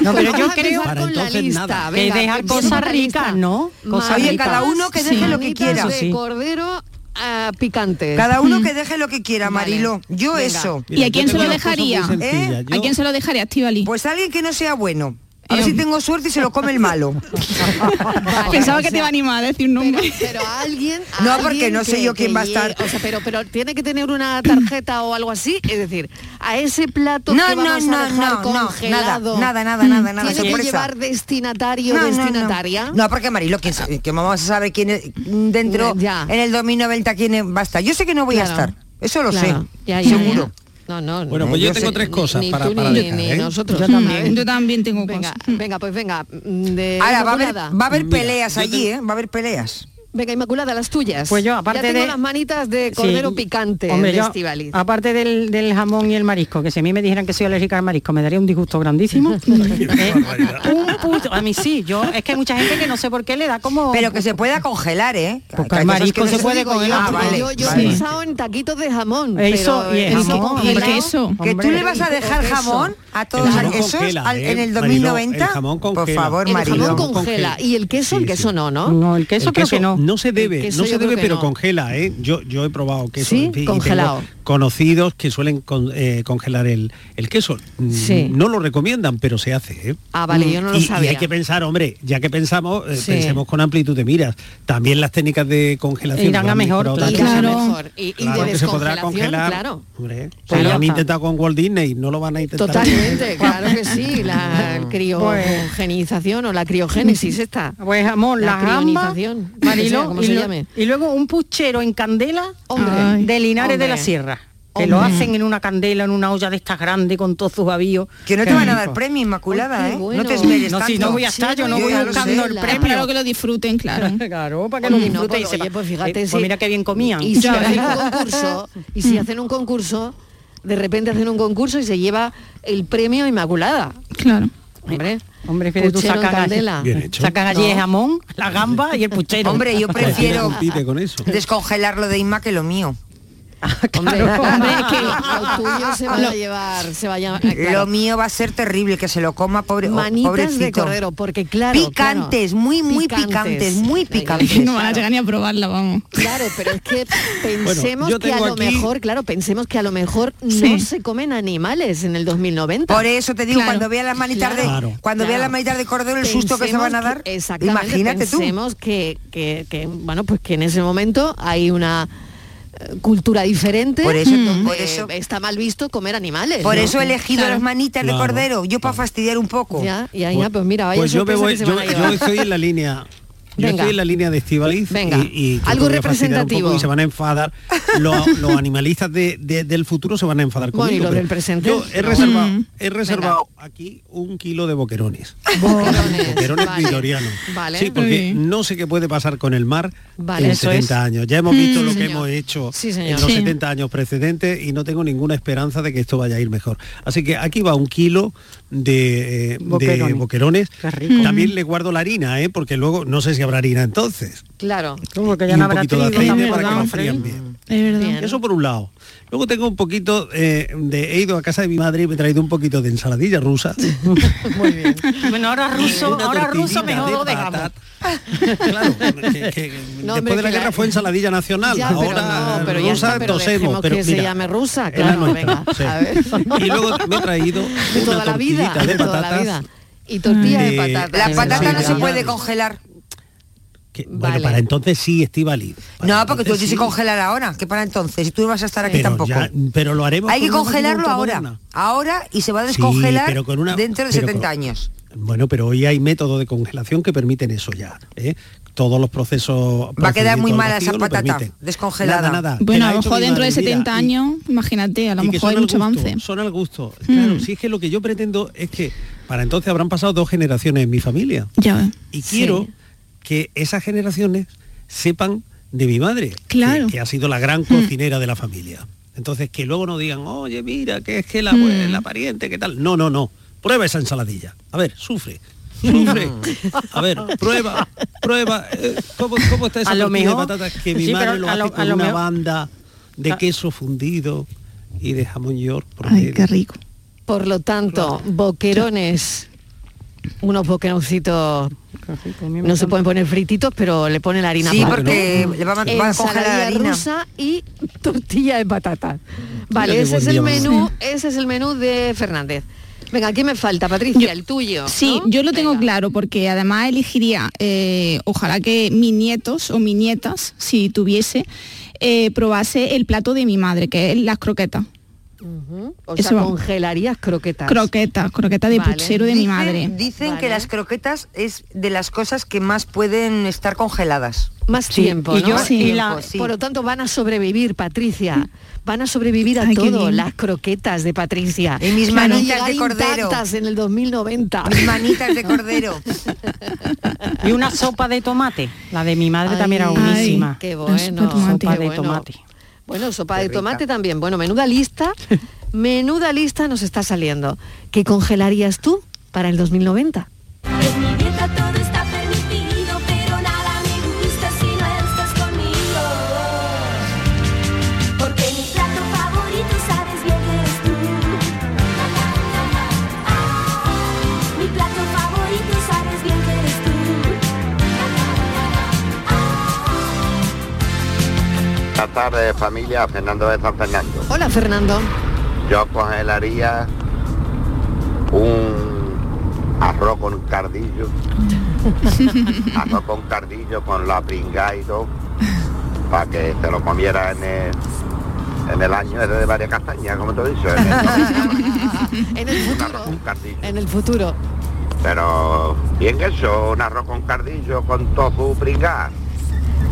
[SPEAKER 9] No, pero yo
[SPEAKER 10] Vamos a
[SPEAKER 9] creo
[SPEAKER 10] empezar con la lista,
[SPEAKER 9] que
[SPEAKER 10] venga,
[SPEAKER 9] dejar
[SPEAKER 10] que
[SPEAKER 9] cosas
[SPEAKER 10] empiece la lista.
[SPEAKER 9] ricas, ¿no? Cosas
[SPEAKER 10] Oye,
[SPEAKER 9] ricas.
[SPEAKER 10] cada uno que deje
[SPEAKER 9] Sí.
[SPEAKER 10] lo que quiera.
[SPEAKER 9] Eso sí.
[SPEAKER 7] Cordero ah, picante.
[SPEAKER 10] Cada uno
[SPEAKER 7] Mm.
[SPEAKER 10] que deje lo que quiera, Marilo. Yo
[SPEAKER 7] Venga.
[SPEAKER 10] eso.
[SPEAKER 11] ¿Y a quién se lo dejaría?
[SPEAKER 10] ¿Eh?
[SPEAKER 11] ¿A quién se lo dejaría, Estivali?
[SPEAKER 10] Pues a alguien que no sea bueno. A
[SPEAKER 11] Eh.
[SPEAKER 10] ver si tengo suerte y se lo come el malo.
[SPEAKER 11] Pensaba
[SPEAKER 7] o
[SPEAKER 11] que te
[SPEAKER 7] sea,
[SPEAKER 11] iba a animar a decir un nombre.
[SPEAKER 7] Pero a alguien. a
[SPEAKER 10] No, porque
[SPEAKER 7] alguien
[SPEAKER 10] no sé
[SPEAKER 7] que-
[SPEAKER 10] yo quién
[SPEAKER 7] que
[SPEAKER 10] va a estar.
[SPEAKER 7] llegue- o sea, pero, pero tiene que tener una tarjeta o algo así. Es decir, a ese plato
[SPEAKER 10] No,
[SPEAKER 7] que vamos
[SPEAKER 10] no,
[SPEAKER 7] a
[SPEAKER 10] no,
[SPEAKER 7] dejar
[SPEAKER 10] no, no, nada,
[SPEAKER 7] congelado.
[SPEAKER 10] nada, nada, nada, nada,
[SPEAKER 7] Tiene que
[SPEAKER 10] sorpresa.
[SPEAKER 7] llevar destinatario,
[SPEAKER 10] No, no, no.
[SPEAKER 7] destinataria.
[SPEAKER 10] No, porque Marilo, ¿quién sabe? que vamos a saber quién es dentro
[SPEAKER 7] Ya.
[SPEAKER 10] en el 2090 quién es- va a estar. Yo sé que no voy a
[SPEAKER 7] Claro.
[SPEAKER 10] estar. Eso lo
[SPEAKER 7] Claro.
[SPEAKER 10] sé.
[SPEAKER 7] Ya, ya,
[SPEAKER 10] seguro.
[SPEAKER 7] No, no, no.
[SPEAKER 8] Bueno, pues yo
[SPEAKER 10] Yo
[SPEAKER 8] tengo
[SPEAKER 10] sé,
[SPEAKER 8] tres
[SPEAKER 10] ni-
[SPEAKER 8] cosas
[SPEAKER 7] ni
[SPEAKER 8] para,
[SPEAKER 7] tú
[SPEAKER 8] para
[SPEAKER 7] ni-
[SPEAKER 8] dejar,
[SPEAKER 7] ni
[SPEAKER 8] ¿eh?
[SPEAKER 7] nosotros.
[SPEAKER 11] Yo también. Yo
[SPEAKER 7] también tengo venga, Venga, pues venga. mm, de
[SPEAKER 10] Ahora va a haber,
[SPEAKER 7] Inmaculada.
[SPEAKER 10] va a haber peleas allí, ¿eh? Va a haber peleas.
[SPEAKER 7] Venga, Inmaculada, las tuyas.
[SPEAKER 9] Pues yo, aparte
[SPEAKER 7] ya tengo
[SPEAKER 9] de-
[SPEAKER 7] las manitas de cordero picante
[SPEAKER 9] Hombre,
[SPEAKER 7] de
[SPEAKER 9] yo,
[SPEAKER 7] Estivaliz.
[SPEAKER 9] aparte del, del jamón y el marisco, que si a mí me dijeran que soy alérgica al marisco, me daría un disgusto grandísimo. Eh, un puto- a mí sí, yo es que hay mucha gente que no sé por qué le da como
[SPEAKER 10] Pero que se pueda congelar, ¿eh?
[SPEAKER 9] Porque
[SPEAKER 10] hay
[SPEAKER 9] el
[SPEAKER 10] cosas
[SPEAKER 9] marisco
[SPEAKER 10] que no
[SPEAKER 9] se puede
[SPEAKER 10] digo yo,
[SPEAKER 9] congelar.
[SPEAKER 10] ah, vale,
[SPEAKER 7] yo yo
[SPEAKER 10] vale.
[SPEAKER 7] he pensado en taquitos de jamón.
[SPEAKER 9] Eso
[SPEAKER 7] pero
[SPEAKER 9] y el
[SPEAKER 7] eso
[SPEAKER 9] jamón, hombre,
[SPEAKER 7] congelado,
[SPEAKER 9] queso,
[SPEAKER 10] Que tú le vas a dejar
[SPEAKER 7] queso.
[SPEAKER 10] jamón a todos
[SPEAKER 8] El jamón
[SPEAKER 10] esos
[SPEAKER 8] congela,
[SPEAKER 10] al-
[SPEAKER 8] ¿eh?
[SPEAKER 10] en el
[SPEAKER 8] Mariló,
[SPEAKER 10] 2090.
[SPEAKER 8] el jamón
[SPEAKER 10] Por
[SPEAKER 8] congela.
[SPEAKER 10] favor,
[SPEAKER 8] El
[SPEAKER 7] El
[SPEAKER 10] Mariló.
[SPEAKER 7] jamón congela. Y el queso, el queso no, ¿no?
[SPEAKER 9] No, el queso
[SPEAKER 8] El
[SPEAKER 9] creo
[SPEAKER 8] queso
[SPEAKER 9] que no.
[SPEAKER 8] se debe,
[SPEAKER 7] El queso
[SPEAKER 8] no
[SPEAKER 7] yo
[SPEAKER 8] se
[SPEAKER 7] creo
[SPEAKER 8] debe,
[SPEAKER 7] que
[SPEAKER 8] pero
[SPEAKER 7] no.
[SPEAKER 8] congela, ¿eh? Yo, yo he probado queso.
[SPEAKER 7] Sí,
[SPEAKER 8] en fin, y
[SPEAKER 7] congelado.
[SPEAKER 8] tengo Conocidos que suelen con- eh, congelar el, el queso. Mm,
[SPEAKER 7] Sí.
[SPEAKER 8] No lo recomiendan, pero se hace, ¿eh?
[SPEAKER 7] Ah, vale, yo no lo
[SPEAKER 8] y, y
[SPEAKER 7] sabía.
[SPEAKER 8] hay que pensar, hombre, ya que pensamos, eh,
[SPEAKER 7] Sí.
[SPEAKER 8] pensemos con amplitud de miras. También las técnicas de congelación.
[SPEAKER 9] Irán a
[SPEAKER 8] van
[SPEAKER 9] mejor,
[SPEAKER 8] microondas,
[SPEAKER 9] claro.
[SPEAKER 8] que se-
[SPEAKER 9] Claro.
[SPEAKER 7] Mejor. Y, y
[SPEAKER 8] ¿eh? Claro
[SPEAKER 7] de
[SPEAKER 8] que se podrá
[SPEAKER 7] descongelación,
[SPEAKER 8] congelar.
[SPEAKER 7] claro.
[SPEAKER 8] Hombre, si
[SPEAKER 7] Claro.
[SPEAKER 8] lo han intentado con Walt Disney, no lo van a intentar.
[SPEAKER 7] Totalmente, claro que sí, la criogenización o la criogénesis esta.
[SPEAKER 9] Pues jamón,
[SPEAKER 7] La
[SPEAKER 9] las gambas,
[SPEAKER 7] crionización,
[SPEAKER 9] Mariló,
[SPEAKER 7] o sea, como
[SPEAKER 9] y,
[SPEAKER 7] se
[SPEAKER 9] lo-
[SPEAKER 7] llame.
[SPEAKER 9] y luego un puchero en candela
[SPEAKER 7] Hombre.
[SPEAKER 9] de Linares
[SPEAKER 7] Hombre.
[SPEAKER 9] de la Sierra. Que lo
[SPEAKER 7] Hombre.
[SPEAKER 9] hacen en una candela, en una olla de estas grandes con todos sus avíos.
[SPEAKER 10] Que no te
[SPEAKER 9] Qué
[SPEAKER 10] van a
[SPEAKER 9] rico.
[SPEAKER 10] dar premio, Inmaculada,
[SPEAKER 7] Ay, qué
[SPEAKER 10] ¿eh?
[SPEAKER 7] bueno.
[SPEAKER 10] No te esmeres
[SPEAKER 9] No,
[SPEAKER 10] tanto.
[SPEAKER 9] sí, no voy a estar, yo no voy
[SPEAKER 10] ya lo
[SPEAKER 9] buscando
[SPEAKER 10] sé.
[SPEAKER 9] el
[SPEAKER 11] Es
[SPEAKER 9] premio.
[SPEAKER 11] para que lo disfruten, claro.
[SPEAKER 9] Claro, para que lo
[SPEAKER 7] Oye, no,
[SPEAKER 9] disfrute y
[SPEAKER 7] pero,
[SPEAKER 9] sepa.
[SPEAKER 7] oye, pues fíjate,
[SPEAKER 9] Eh,
[SPEAKER 7] si-
[SPEAKER 9] pues mira qué bien comían.
[SPEAKER 7] Y si
[SPEAKER 11] Ah.
[SPEAKER 7] hacen un
[SPEAKER 11] Ya.
[SPEAKER 7] concurso, y si hacen un concurso, de repente hacen un concurso y se lleva el premio Inmaculada.
[SPEAKER 11] Claro.
[SPEAKER 7] Hombre,
[SPEAKER 9] Hombre, fíjate, tú
[SPEAKER 7] puchero en
[SPEAKER 9] sacas
[SPEAKER 7] candela.
[SPEAKER 8] Bien
[SPEAKER 9] allí,
[SPEAKER 8] hecho.
[SPEAKER 9] sacas allí
[SPEAKER 7] No.
[SPEAKER 9] el jamón, la gamba y el puchero.
[SPEAKER 10] Hombre, yo
[SPEAKER 8] Cualquiera
[SPEAKER 10] prefiero
[SPEAKER 8] compite con eso.
[SPEAKER 10] descongelar lo de Inma que lo mío.
[SPEAKER 7] Hombre, Ah, hombre, es que lo tuyo se va
[SPEAKER 11] Lo-
[SPEAKER 7] a llevar, se va a llevar.
[SPEAKER 10] Lo mío va a ser terrible, que se lo coma, pobre, oh,
[SPEAKER 7] Manitas de
[SPEAKER 10] pobrecito.
[SPEAKER 7] cordero, porque claro.
[SPEAKER 8] Ah.
[SPEAKER 10] Picantes,
[SPEAKER 7] claro,
[SPEAKER 10] muy, muy picantes, muy
[SPEAKER 7] Venga,
[SPEAKER 10] picantes.
[SPEAKER 11] No van a llegar ni a probarla, vamos.
[SPEAKER 7] Claro, pero es que pensemos
[SPEAKER 8] yo
[SPEAKER 7] que a
[SPEAKER 8] tengo
[SPEAKER 7] lo
[SPEAKER 8] aquí-
[SPEAKER 7] mejor, claro, pensemos que a lo mejor no
[SPEAKER 11] Sí.
[SPEAKER 7] se comen animales en el 2090.
[SPEAKER 10] Por eso te digo,
[SPEAKER 11] Claro.
[SPEAKER 10] cuando vea las manitas
[SPEAKER 8] Claro.
[SPEAKER 10] de cuando vea
[SPEAKER 7] Claro.
[SPEAKER 10] las manitas de cordero, el susto que se van a
[SPEAKER 7] Pensemos
[SPEAKER 10] dar.
[SPEAKER 7] que- exactamente,
[SPEAKER 10] Imagínate tú.
[SPEAKER 7] pensemos que, que- que, bueno, pues que en ese momento hay una eh, cultura diferente.
[SPEAKER 10] Por eso,
[SPEAKER 7] Mm.
[SPEAKER 10] por
[SPEAKER 7] Eh,
[SPEAKER 10] eso.
[SPEAKER 7] está mal visto comer animales.
[SPEAKER 10] Por
[SPEAKER 7] ¿no?
[SPEAKER 10] eso he elegido
[SPEAKER 11] Claro.
[SPEAKER 10] las manitas de
[SPEAKER 8] Claro.
[SPEAKER 10] cordero, yo para fastidiar un poco.
[SPEAKER 7] Ya, ya, ya, pues mira, vaya
[SPEAKER 8] pues yo me
[SPEAKER 7] sorpresa
[SPEAKER 8] voy,
[SPEAKER 7] que se
[SPEAKER 8] yo,
[SPEAKER 7] van a
[SPEAKER 8] yo
[SPEAKER 7] llevar.
[SPEAKER 8] estoy en la línea. Yo
[SPEAKER 7] Venga.
[SPEAKER 8] estoy en la línea de Estivaliz
[SPEAKER 7] Venga.
[SPEAKER 8] y, y creo
[SPEAKER 7] Algo
[SPEAKER 8] que voy a fastidiar un poco
[SPEAKER 7] representativo.
[SPEAKER 8] y se van a enfadar. Los, los animalistas de- de- del futuro se van a enfadar
[SPEAKER 7] Bueno,
[SPEAKER 8] conmigo.
[SPEAKER 7] y los
[SPEAKER 8] pero
[SPEAKER 7] del presente.
[SPEAKER 8] Yo he
[SPEAKER 7] No.
[SPEAKER 8] reservado,
[SPEAKER 11] Mm.
[SPEAKER 8] he reservado aquí un kilo de boquerones.
[SPEAKER 7] Boquerones,
[SPEAKER 8] Boquerones
[SPEAKER 7] vale.
[SPEAKER 8] vitorianos.
[SPEAKER 7] Vale.
[SPEAKER 8] Sí, porque
[SPEAKER 11] Sí.
[SPEAKER 8] no sé qué puede pasar con el mar
[SPEAKER 7] Vale.
[SPEAKER 8] en
[SPEAKER 7] Eso
[SPEAKER 8] 70
[SPEAKER 9] es.
[SPEAKER 8] años. Ya hemos visto
[SPEAKER 11] Mm.
[SPEAKER 8] lo
[SPEAKER 7] Sí,
[SPEAKER 8] que
[SPEAKER 7] señor.
[SPEAKER 8] hemos hecho
[SPEAKER 7] Sí,
[SPEAKER 8] en
[SPEAKER 7] señor.
[SPEAKER 8] los
[SPEAKER 11] Sí.
[SPEAKER 8] 70 años precedentes y no tengo ninguna esperanza de que esto vaya a ir mejor. Así que aquí va un kilo de, eh, de
[SPEAKER 9] Boquerones.
[SPEAKER 8] boquerones.
[SPEAKER 9] Qué rico.
[SPEAKER 8] También le guardo la harina, ¿eh? porque luego no sé si habrá harina entonces.
[SPEAKER 7] Claro.
[SPEAKER 9] Como que
[SPEAKER 8] Y
[SPEAKER 9] ya no
[SPEAKER 8] un
[SPEAKER 9] habrá
[SPEAKER 8] poquito de
[SPEAKER 9] trigo,
[SPEAKER 8] aceite
[SPEAKER 9] también,
[SPEAKER 8] para que
[SPEAKER 9] ¿verdad?
[SPEAKER 8] lo frían bien.
[SPEAKER 11] Es verdad.
[SPEAKER 7] Bien.
[SPEAKER 8] Eso por un lado. Luego tengo un poquito eh, de... He ido a casa de mi madre y me he traído un poquito de ensaladilla rusa.
[SPEAKER 7] Muy bien.
[SPEAKER 9] Bueno, ahora ruso,
[SPEAKER 8] Una
[SPEAKER 9] ahora ruso
[SPEAKER 8] tortillita
[SPEAKER 9] mejor lo
[SPEAKER 8] de
[SPEAKER 9] dejamos.
[SPEAKER 8] patata. Claro, que- que
[SPEAKER 7] No,
[SPEAKER 8] después de la
[SPEAKER 7] hombre, que la-
[SPEAKER 8] guerra fue ensaladilla nacional.
[SPEAKER 7] Ya, pero
[SPEAKER 8] Ahora
[SPEAKER 7] no, pero ya
[SPEAKER 8] rusa
[SPEAKER 7] está, pero
[SPEAKER 8] tosemos.
[SPEAKER 7] dejemos
[SPEAKER 8] Pero
[SPEAKER 7] que se
[SPEAKER 8] mira,
[SPEAKER 7] llame rusa,
[SPEAKER 8] es la
[SPEAKER 7] claro,
[SPEAKER 8] nuestra,
[SPEAKER 7] venga,
[SPEAKER 8] sí.
[SPEAKER 7] a ver.
[SPEAKER 8] Y luego me he traído
[SPEAKER 7] De
[SPEAKER 8] una
[SPEAKER 7] toda la vida,
[SPEAKER 8] tortillita de
[SPEAKER 7] toda la
[SPEAKER 8] patatas
[SPEAKER 7] vida. Y tortilla de,
[SPEAKER 8] de-
[SPEAKER 7] patatas.
[SPEAKER 10] Las
[SPEAKER 8] Sí,
[SPEAKER 10] patatas
[SPEAKER 8] sí,
[SPEAKER 10] no
[SPEAKER 8] sí.
[SPEAKER 10] se puede congelar.
[SPEAKER 8] Que, Bueno, para entonces sí, Estivaliz.
[SPEAKER 10] No, porque tú lo tienes que congelar ahora, que para entonces, y tú no vas a estar aquí
[SPEAKER 8] Pero,
[SPEAKER 10] tampoco.
[SPEAKER 8] ya- pero lo haremos.
[SPEAKER 10] Hay que
[SPEAKER 8] con una máquina
[SPEAKER 10] congelarlo ahora,
[SPEAKER 8] automoderna.
[SPEAKER 10] ahora y se va a
[SPEAKER 8] Sí,
[SPEAKER 10] descongelar
[SPEAKER 8] pero con una-
[SPEAKER 10] dentro de
[SPEAKER 8] pero con-
[SPEAKER 10] 70 años.
[SPEAKER 8] Bueno, pero hoy hay métodos de congelación que permiten eso ya. ¿eh? Todos los procesos.
[SPEAKER 10] Va a quedar muy
[SPEAKER 8] procedimientos
[SPEAKER 10] mala esa
[SPEAKER 8] rápidos lo
[SPEAKER 10] patata
[SPEAKER 8] permiten.
[SPEAKER 10] descongelada.
[SPEAKER 8] Nada, nada.
[SPEAKER 11] Bueno,
[SPEAKER 8] Te la
[SPEAKER 11] a
[SPEAKER 8] ha
[SPEAKER 11] lo
[SPEAKER 8] hecho
[SPEAKER 11] mejor
[SPEAKER 8] mi
[SPEAKER 11] dentro de
[SPEAKER 8] madre, mira,
[SPEAKER 11] 70 años, imagínate, a lo
[SPEAKER 8] y que
[SPEAKER 11] mejor hay
[SPEAKER 8] son al
[SPEAKER 11] mucho
[SPEAKER 8] gusto,
[SPEAKER 11] avance. Mm.
[SPEAKER 8] Son al gusto. Claro, si es que lo que yo pretendo es que para entonces habrán pasado dos generaciones en mi familia.
[SPEAKER 11] Ya.
[SPEAKER 8] Y quiero que esas generaciones sepan de mi madre,
[SPEAKER 11] Claro.
[SPEAKER 8] que, que ha sido la
[SPEAKER 9] Mm.
[SPEAKER 8] gran cocinera de la familia. Entonces, que luego no digan, oye, mira, que es que la, abue-
[SPEAKER 11] Mm.
[SPEAKER 8] la pariente, ¿qué tal? No, no, no. Prueba esa ensaladilla. A ver, sufre. Sufre. A ver, prueba, prueba. eh, ¿Cómo, cómo está esa
[SPEAKER 9] A lo
[SPEAKER 8] tortilla
[SPEAKER 9] mejor-
[SPEAKER 8] de patatas que mi
[SPEAKER 9] sí,
[SPEAKER 8] madre
[SPEAKER 9] pero
[SPEAKER 8] lo
[SPEAKER 9] a
[SPEAKER 8] hace
[SPEAKER 9] lo- a
[SPEAKER 8] con
[SPEAKER 9] lo
[SPEAKER 8] una
[SPEAKER 9] mejor-
[SPEAKER 8] banda de
[SPEAKER 9] Ah.
[SPEAKER 8] queso fundido y de jamón york? por
[SPEAKER 7] Ay,
[SPEAKER 8] qué
[SPEAKER 11] rico.
[SPEAKER 7] Por lo tanto, boquerones, unos boqueroncitos, no se pueden poner frititos, pero le pone la harina
[SPEAKER 10] Sí,
[SPEAKER 7] aparte.
[SPEAKER 10] porque le va a- va a congelar la
[SPEAKER 7] Ensaladilla
[SPEAKER 10] harina.
[SPEAKER 7] rusa y tortilla de patata. Vale,
[SPEAKER 10] qué
[SPEAKER 7] ese
[SPEAKER 10] buen
[SPEAKER 7] es
[SPEAKER 10] día,
[SPEAKER 7] el
[SPEAKER 10] mamá.
[SPEAKER 7] menú, ese es el menú de Fernández. Venga, ¿qué me falta, Patricia? el tuyo.
[SPEAKER 11] Sí, yo lo tengo claro porque además elegiría, eh, ojalá que mis nietos o mis nietas, si tuviese, eh, probase el plato de mi madre, que es las croquetas.
[SPEAKER 7] O
[SPEAKER 11] Eso
[SPEAKER 7] sea,
[SPEAKER 11] vamos.
[SPEAKER 7] congelarías croquetas.
[SPEAKER 11] Croquetas, croquetas de puchero de mi
[SPEAKER 10] Dicen-
[SPEAKER 11] madre.
[SPEAKER 10] Dicen que las croquetas es de las cosas que más pueden estar congeladas.
[SPEAKER 7] Más
[SPEAKER 10] Sí,
[SPEAKER 7] tiempo,
[SPEAKER 10] y
[SPEAKER 7] ¿no?
[SPEAKER 10] yo-
[SPEAKER 7] Más
[SPEAKER 10] y
[SPEAKER 7] tiempo,
[SPEAKER 10] la-
[SPEAKER 7] sí. Por lo tanto, van a sobrevivir, Patricia. Van a sobrevivir a
[SPEAKER 10] Ay, qué
[SPEAKER 7] todo.
[SPEAKER 10] bien.
[SPEAKER 7] Las croquetas de Patricia.
[SPEAKER 10] Y mis
[SPEAKER 7] Van a
[SPEAKER 10] manitas
[SPEAKER 7] llegar
[SPEAKER 10] de cordero.
[SPEAKER 7] intactas en el 2090.
[SPEAKER 10] Mis manitas de cordero.
[SPEAKER 9] Y una sopa de tomate. La de mi madre también era
[SPEAKER 7] Ay,
[SPEAKER 9] buenísima.
[SPEAKER 7] Qué
[SPEAKER 9] Una
[SPEAKER 7] bueno.
[SPEAKER 9] Sopa
[SPEAKER 7] qué
[SPEAKER 9] de
[SPEAKER 7] bueno.
[SPEAKER 9] tomate.
[SPEAKER 7] Bueno, sopa
[SPEAKER 9] Qué
[SPEAKER 7] de
[SPEAKER 9] rica.
[SPEAKER 7] tomate también. Bueno, menuda lista. Menuda lista nos está saliendo. ¿Qué congelarías tú para el 2090?
[SPEAKER 3] En mi vida todo está permitido, pero nada me gusta si no estás conmigo. Porque mi plato favorito sabes bien que eres tú. Ah, Mi plato favorito sabes bien que eres tú.
[SPEAKER 13] Buenas tardes, familia. Fernando de San Fernando.
[SPEAKER 7] Hola, Fernando.
[SPEAKER 13] Yo congelaría un arroz con cardillo. arroz con cardillo con la pringa y todo. Para que se lo comiera en el, en el año de varias castañas, como te he dicho. en el-
[SPEAKER 7] en el
[SPEAKER 13] un arroz con cardillo.
[SPEAKER 7] En el futuro.
[SPEAKER 13] Pero bien eso, un arroz con cardillo, con tofu pringa,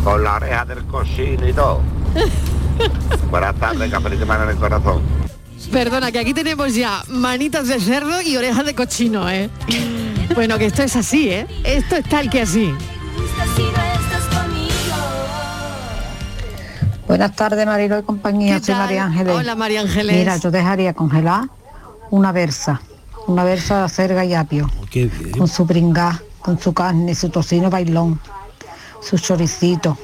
[SPEAKER 13] con la oreja del cochino y todo. Buenas tardes, café de mano en el corazón.
[SPEAKER 7] Perdona, que aquí tenemos ya manitas de cerdo y orejas de cochino, ¿eh? Bueno, que esto es así, ¿eh? Esto es tal que así.
[SPEAKER 3] Gusta si no estás conmigo.
[SPEAKER 14] Buenas tardes, Marilo y compañía. Soy María Ángeles.
[SPEAKER 7] Hola, María Ángeles.
[SPEAKER 14] Mira, yo dejaría congelar una versa, una versa de acerga y apio,
[SPEAKER 8] Qué
[SPEAKER 14] con su bringá, con su carne, su tocino bailón, su choricito,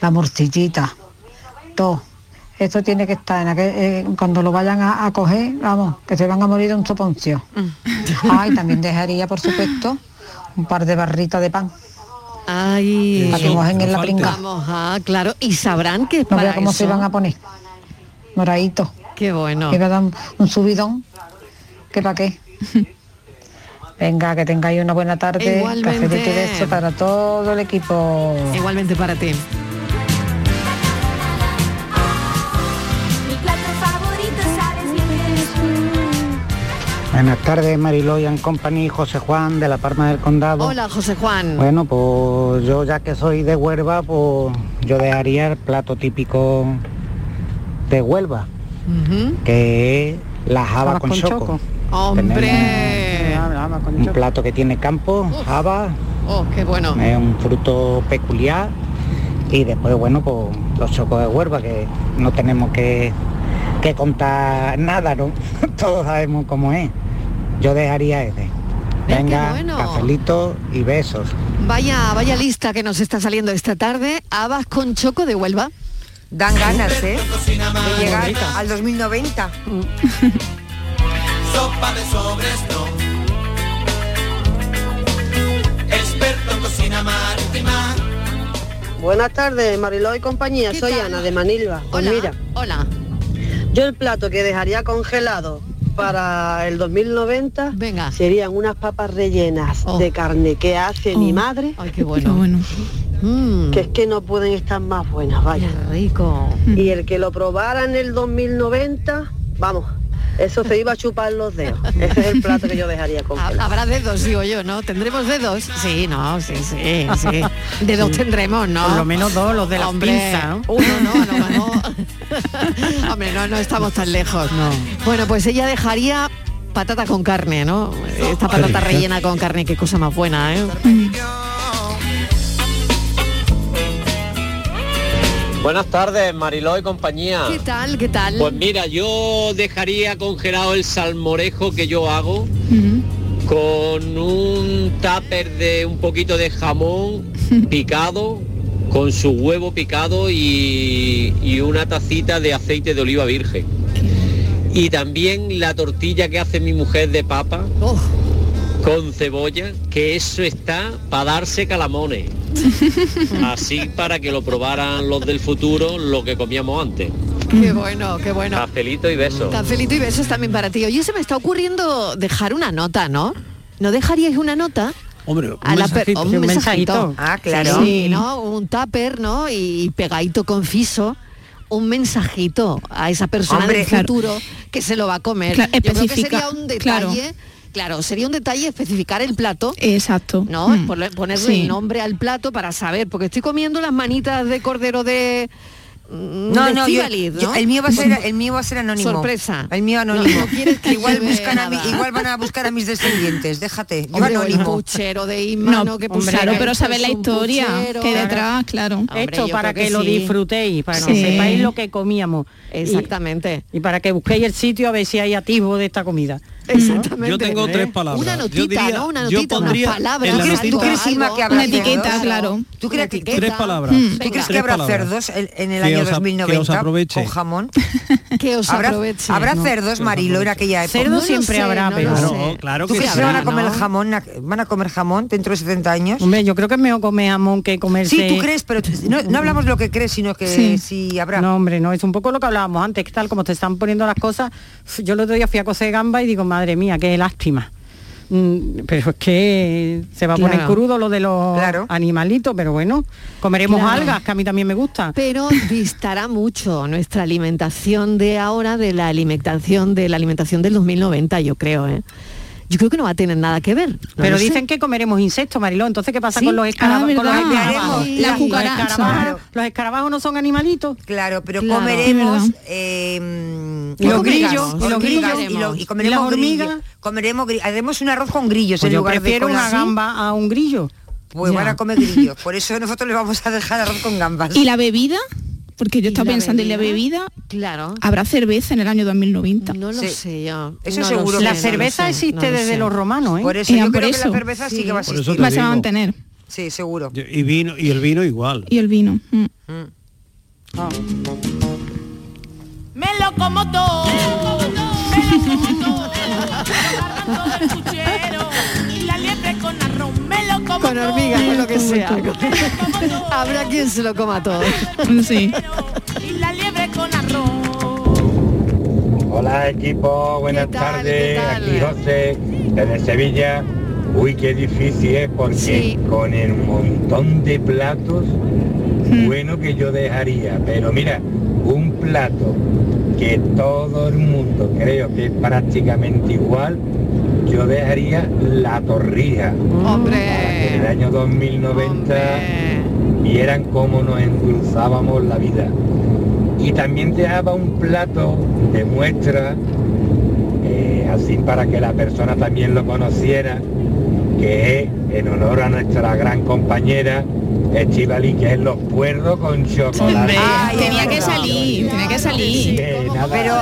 [SPEAKER 14] la morcillita, todo. Esto tiene que estar en aquel- eh, cuando lo vayan a, a coger, vamos, que se van a morir de un soponcio.
[SPEAKER 7] Mm.
[SPEAKER 14] Ay, también dejaría, por supuesto, un par de barritas de pan.
[SPEAKER 7] Ay,
[SPEAKER 14] Para que mojen en la pringa.
[SPEAKER 7] Vamos, ah, claro, y sabrán que es
[SPEAKER 14] No
[SPEAKER 7] para
[SPEAKER 14] vea cómo se
[SPEAKER 7] eso.
[SPEAKER 14] van a poner. Moraditos.
[SPEAKER 7] Qué bueno.
[SPEAKER 14] Que va a dar un, un subidón. ¿Qué para qué? Venga, que tengáis una buena tarde.
[SPEAKER 7] Igualmente.
[SPEAKER 14] Café de beso para todo el equipo.
[SPEAKER 7] Igualmente para ti.
[SPEAKER 3] Mi plato favorito sabes bien que eres tú.
[SPEAKER 15] Buenas tardes, Mariloyan Company, José Juan de La Palma del Condado.
[SPEAKER 7] Hola, José Juan.
[SPEAKER 15] Bueno, pues yo ya que soy de Huelva, pues yo dejaría el plato típico de Huelva,
[SPEAKER 7] Ujú.
[SPEAKER 15] que es la java
[SPEAKER 9] Habas
[SPEAKER 15] con,
[SPEAKER 9] con
[SPEAKER 15] choco.
[SPEAKER 9] choco.
[SPEAKER 7] Hombre.
[SPEAKER 15] Un plato que tiene campo, java,
[SPEAKER 7] Oh, qué bueno.
[SPEAKER 15] es un fruto peculiar. Y después, bueno, pues los chocos de Huelva, que no tenemos que, que contar nada, ¿no? Todos sabemos cómo es. Yo dejaría ese. Venga,
[SPEAKER 7] bueno.
[SPEAKER 15] cafelito y besos.
[SPEAKER 7] Vaya, vaya lista que nos está saliendo esta tarde. Habas con choco de Huelva.
[SPEAKER 10] Dan ganas, ¿eh? De llegar
[SPEAKER 7] Muy rica.
[SPEAKER 10] al 2090.
[SPEAKER 16] Sopa de sobres no. Experto en cocina marítima.
[SPEAKER 17] Buenas tardes, Mariló y compañía. Soy Ana de Manilva. Pues mira,
[SPEAKER 7] hola.
[SPEAKER 17] yo el plato que dejaría congelado
[SPEAKER 18] para el 2090 serían unas papas rellenas de carne que hace mi madre.
[SPEAKER 7] Oh.
[SPEAKER 18] Mm.
[SPEAKER 7] Ay, qué bueno. Mm.
[SPEAKER 18] Que es que no pueden estar más buenas, vaya.
[SPEAKER 7] rico.
[SPEAKER 18] Y el que lo probara en el 2090, vamos, eso se iba a chupar los dedos. Ese es el plato que yo dejaría con
[SPEAKER 7] Ah, Habrá dedos, digo yo, ¿no? ¿Tendremos dedos? Sí, no, sí, sí, sí. Dedos tendremos, ¿no?
[SPEAKER 9] Por lo menos dos, los de las
[SPEAKER 7] Hombre,
[SPEAKER 9] pinzas, ¿no?
[SPEAKER 7] Uno no, a lo mejor. Hombre, no, no estamos tan lejos, no. Bueno, pues ella dejaría patata con carne, ¿no? Esta patata
[SPEAKER 9] rico.
[SPEAKER 7] rellena con carne, qué cosa más buena, ¿eh?
[SPEAKER 19] Buenas tardes, Mariló y compañía.
[SPEAKER 7] ¿Qué tal? ¿Qué tal?
[SPEAKER 19] Pues mira, yo dejaría congelado el salmorejo que yo hago con un tupper de un poquito de jamón picado, con su huevo picado y, y una tacita de aceite de oliva virgen. Y también la tortilla que hace mi mujer de papa
[SPEAKER 7] Oh.
[SPEAKER 19] con cebolla, que eso está para darse calamones. Así para que lo probaran los del futuro lo que comíamos antes.
[SPEAKER 7] Qué bueno, qué bueno.
[SPEAKER 19] Pastelito y beso.
[SPEAKER 7] Cancelito y besos también para ti. Oye, se me está ocurriendo dejar una nota, ¿no? ¿No dejaríais una nota?
[SPEAKER 8] Hombre,
[SPEAKER 7] A la per- un mensajito.
[SPEAKER 10] Ah, claro.
[SPEAKER 7] Sí, sí, ¿no? Un tupper, ¿no? Y pegadito con fiso. Un mensajito a esa persona
[SPEAKER 10] Hombre,
[SPEAKER 7] del
[SPEAKER 10] claro.
[SPEAKER 7] futuro que se lo va a comer.
[SPEAKER 11] Claro,
[SPEAKER 7] Yo creo que
[SPEAKER 11] especifica,
[SPEAKER 7] sería un
[SPEAKER 11] claro.
[SPEAKER 7] detalle. Claro. sería un detalle especificar el plato.
[SPEAKER 11] Exacto.
[SPEAKER 7] ¿No?
[SPEAKER 11] Mm.
[SPEAKER 7] Ponle- Ponerle
[SPEAKER 11] Sí.
[SPEAKER 7] el nombre al plato para saber, porque estoy comiendo las manitas de cordero de. mm,
[SPEAKER 10] No,
[SPEAKER 7] de
[SPEAKER 10] no, yo-
[SPEAKER 7] Estíbaliz,
[SPEAKER 10] yo-
[SPEAKER 7] ¿no?
[SPEAKER 10] el mío va a ser el mío va a ser anónimo.
[SPEAKER 7] Sorpresa.
[SPEAKER 10] El mío anónimo.
[SPEAKER 7] No, no quieres que
[SPEAKER 10] igual
[SPEAKER 7] lleve
[SPEAKER 10] buscan a mi-
[SPEAKER 7] nada.
[SPEAKER 10] igual van a buscar a mis descendientes, déjate. Yo
[SPEAKER 7] Hombre, o el
[SPEAKER 10] anónimo.
[SPEAKER 7] puchero de Inma, ¿no? que pusiera
[SPEAKER 11] claro, pero
[SPEAKER 7] esto
[SPEAKER 11] saber
[SPEAKER 7] es
[SPEAKER 11] la
[SPEAKER 7] un
[SPEAKER 11] historia
[SPEAKER 7] puchero.
[SPEAKER 11] que detrás, claro.
[SPEAKER 9] Esto para que, lo
[SPEAKER 7] sí.
[SPEAKER 9] disfrutéis, para
[SPEAKER 7] Sí.
[SPEAKER 9] que sepáis lo que comíamos.
[SPEAKER 7] Exactamente.
[SPEAKER 9] Y, y para que busquéis el sitio a ver si hay atisbo de esta comida.
[SPEAKER 7] Exactamente.
[SPEAKER 8] Yo tengo tres palabras.
[SPEAKER 7] Una
[SPEAKER 8] Yo
[SPEAKER 7] notita,
[SPEAKER 8] diría-
[SPEAKER 7] ¿no? Una
[SPEAKER 8] yo
[SPEAKER 7] notita, unas
[SPEAKER 8] pondría
[SPEAKER 7] palabras,
[SPEAKER 8] en la
[SPEAKER 7] algo,
[SPEAKER 8] notita-
[SPEAKER 10] ¿Tú crees, Inma, que habrá
[SPEAKER 11] Una etiqueta,
[SPEAKER 10] cerdos? Hmm.
[SPEAKER 11] claro.
[SPEAKER 10] ¿Tú crees, que-
[SPEAKER 8] etiqueta. Tres palabras.
[SPEAKER 10] ¿Tú
[SPEAKER 8] Venga.
[SPEAKER 10] crees que
[SPEAKER 8] Tres
[SPEAKER 10] habrá
[SPEAKER 8] palabras.
[SPEAKER 10] cerdos el- en el
[SPEAKER 8] Que
[SPEAKER 10] año
[SPEAKER 8] os ap- que os
[SPEAKER 10] 2090
[SPEAKER 8] aproveche.
[SPEAKER 10] con jamón?
[SPEAKER 7] Que os
[SPEAKER 10] ¿Habrá,
[SPEAKER 7] aproveche.
[SPEAKER 10] ¿Habrá
[SPEAKER 7] No,
[SPEAKER 10] cerdos, Marilo, en aquella época?
[SPEAKER 9] Cerdos No lo siempre sé, habrá, no pero- lo
[SPEAKER 8] Claro, sé. claro
[SPEAKER 10] ¿Tú
[SPEAKER 8] que
[SPEAKER 10] crees
[SPEAKER 8] sí.
[SPEAKER 10] que se van a
[SPEAKER 8] habrá,
[SPEAKER 10] comer el
[SPEAKER 8] ¿no?
[SPEAKER 10] jamón? ¿Van a comer jamón dentro de 70 años?
[SPEAKER 9] Hombre, yo creo que es mejor comer jamón que comerse...
[SPEAKER 10] Sí, tú crees, pero t- no, no hablamos lo que crees, sino que
[SPEAKER 9] Sí.
[SPEAKER 10] si habrá.
[SPEAKER 9] No, hombre, no, es un poco lo que hablábamos antes, que tal como te están poniendo las cosas, yo el otro día fui a coser gamba y digo, madre mía, qué lástima. Mm, Pero es que se va a poner
[SPEAKER 7] Claro.
[SPEAKER 9] crudo lo de los animalitos, pero bueno, comeremos
[SPEAKER 7] Claro.
[SPEAKER 9] algas, que a mí también me gusta.
[SPEAKER 7] Pero distará mucho nuestra alimentación de ahora de la alimentación de la alimentación del 2090, yo creo, ¿eh? Yo creo que no va a tener nada que ver.
[SPEAKER 9] Pero dicen que comeremos insectos, Mariló. Entonces, ¿qué pasa
[SPEAKER 7] Sí.
[SPEAKER 9] con los escarabajos?
[SPEAKER 7] Ah,
[SPEAKER 9] con los
[SPEAKER 7] ¿verdad?
[SPEAKER 9] escarabajos?
[SPEAKER 7] Sí. La
[SPEAKER 9] Los
[SPEAKER 7] cucaracha.
[SPEAKER 9] escarabajos- Los escarabajos no son animalitos.
[SPEAKER 10] Claro, pero
[SPEAKER 9] Claro.
[SPEAKER 10] comeremos
[SPEAKER 9] Sí,
[SPEAKER 10] eh,
[SPEAKER 9] Y los grillos, y los
[SPEAKER 10] hormigas,
[SPEAKER 9] grillos.
[SPEAKER 10] y, lo- y
[SPEAKER 9] ¿Y
[SPEAKER 10] comeremos
[SPEAKER 9] las hormigas?
[SPEAKER 10] grillos, comeremos gri- haremos un arroz con grillos
[SPEAKER 9] Pues
[SPEAKER 10] en
[SPEAKER 9] yo
[SPEAKER 10] lugar
[SPEAKER 9] prefiero
[SPEAKER 10] de con
[SPEAKER 9] una
[SPEAKER 10] la-
[SPEAKER 9] gamba a un grillo.
[SPEAKER 10] Pues
[SPEAKER 9] Ya.
[SPEAKER 10] van a comer grillos, por eso nosotros les vamos a dejar arroz con gambas.
[SPEAKER 11] ¿Y la bebida? Porque yo estaba pensando en la bebida.
[SPEAKER 7] Claro.
[SPEAKER 11] ¿Habrá cerveza en el año 2090?
[SPEAKER 7] No lo
[SPEAKER 10] Sí.
[SPEAKER 7] sé yo.
[SPEAKER 10] Eso
[SPEAKER 7] No lo
[SPEAKER 10] seguro.
[SPEAKER 7] sé, no lo sé, no
[SPEAKER 10] que no.
[SPEAKER 7] lo sé.
[SPEAKER 10] Por eso
[SPEAKER 11] Eh,
[SPEAKER 10] yo
[SPEAKER 11] por
[SPEAKER 10] creo que
[SPEAKER 11] eso.
[SPEAKER 10] la cerveza sí, que va a
[SPEAKER 8] Por
[SPEAKER 10] existir.
[SPEAKER 8] eso te Va, se va a digo.
[SPEAKER 11] mantener.
[SPEAKER 10] Sí, seguro.
[SPEAKER 8] Y vino y el vino igual.
[SPEAKER 11] Y el vino. mm.
[SPEAKER 20] Me lo como todo. Me lo como todo. Agarrando del puchero y la liebre con arroz. Me lo como
[SPEAKER 7] Con hormigas, con lo que sea. Habrá quien se lo coma todo.
[SPEAKER 11] Sí.
[SPEAKER 20] todo. Y la liebre con arroz.
[SPEAKER 21] Hola equipo, buenas tardes, aquí José, desde Sevilla. Uy, qué difícil es porque
[SPEAKER 22] Sí.
[SPEAKER 21] con el montón de platos, bueno que yo dejaría, pero mira, un plato que todo el mundo creo que es prácticamente igual, yo dejaría la torrija.
[SPEAKER 7] Hombre.
[SPEAKER 21] Oh, En el año 2090 vieran cómo nos endulzábamos la vida. Y también dejaba un plato de muestra, eh, así para que la persona también lo conociera, que es en honor a nuestra gran compañera Estivali, que es los puerdos con chocolate.
[SPEAKER 11] tenía que salir, tenía que salir.
[SPEAKER 10] Pero,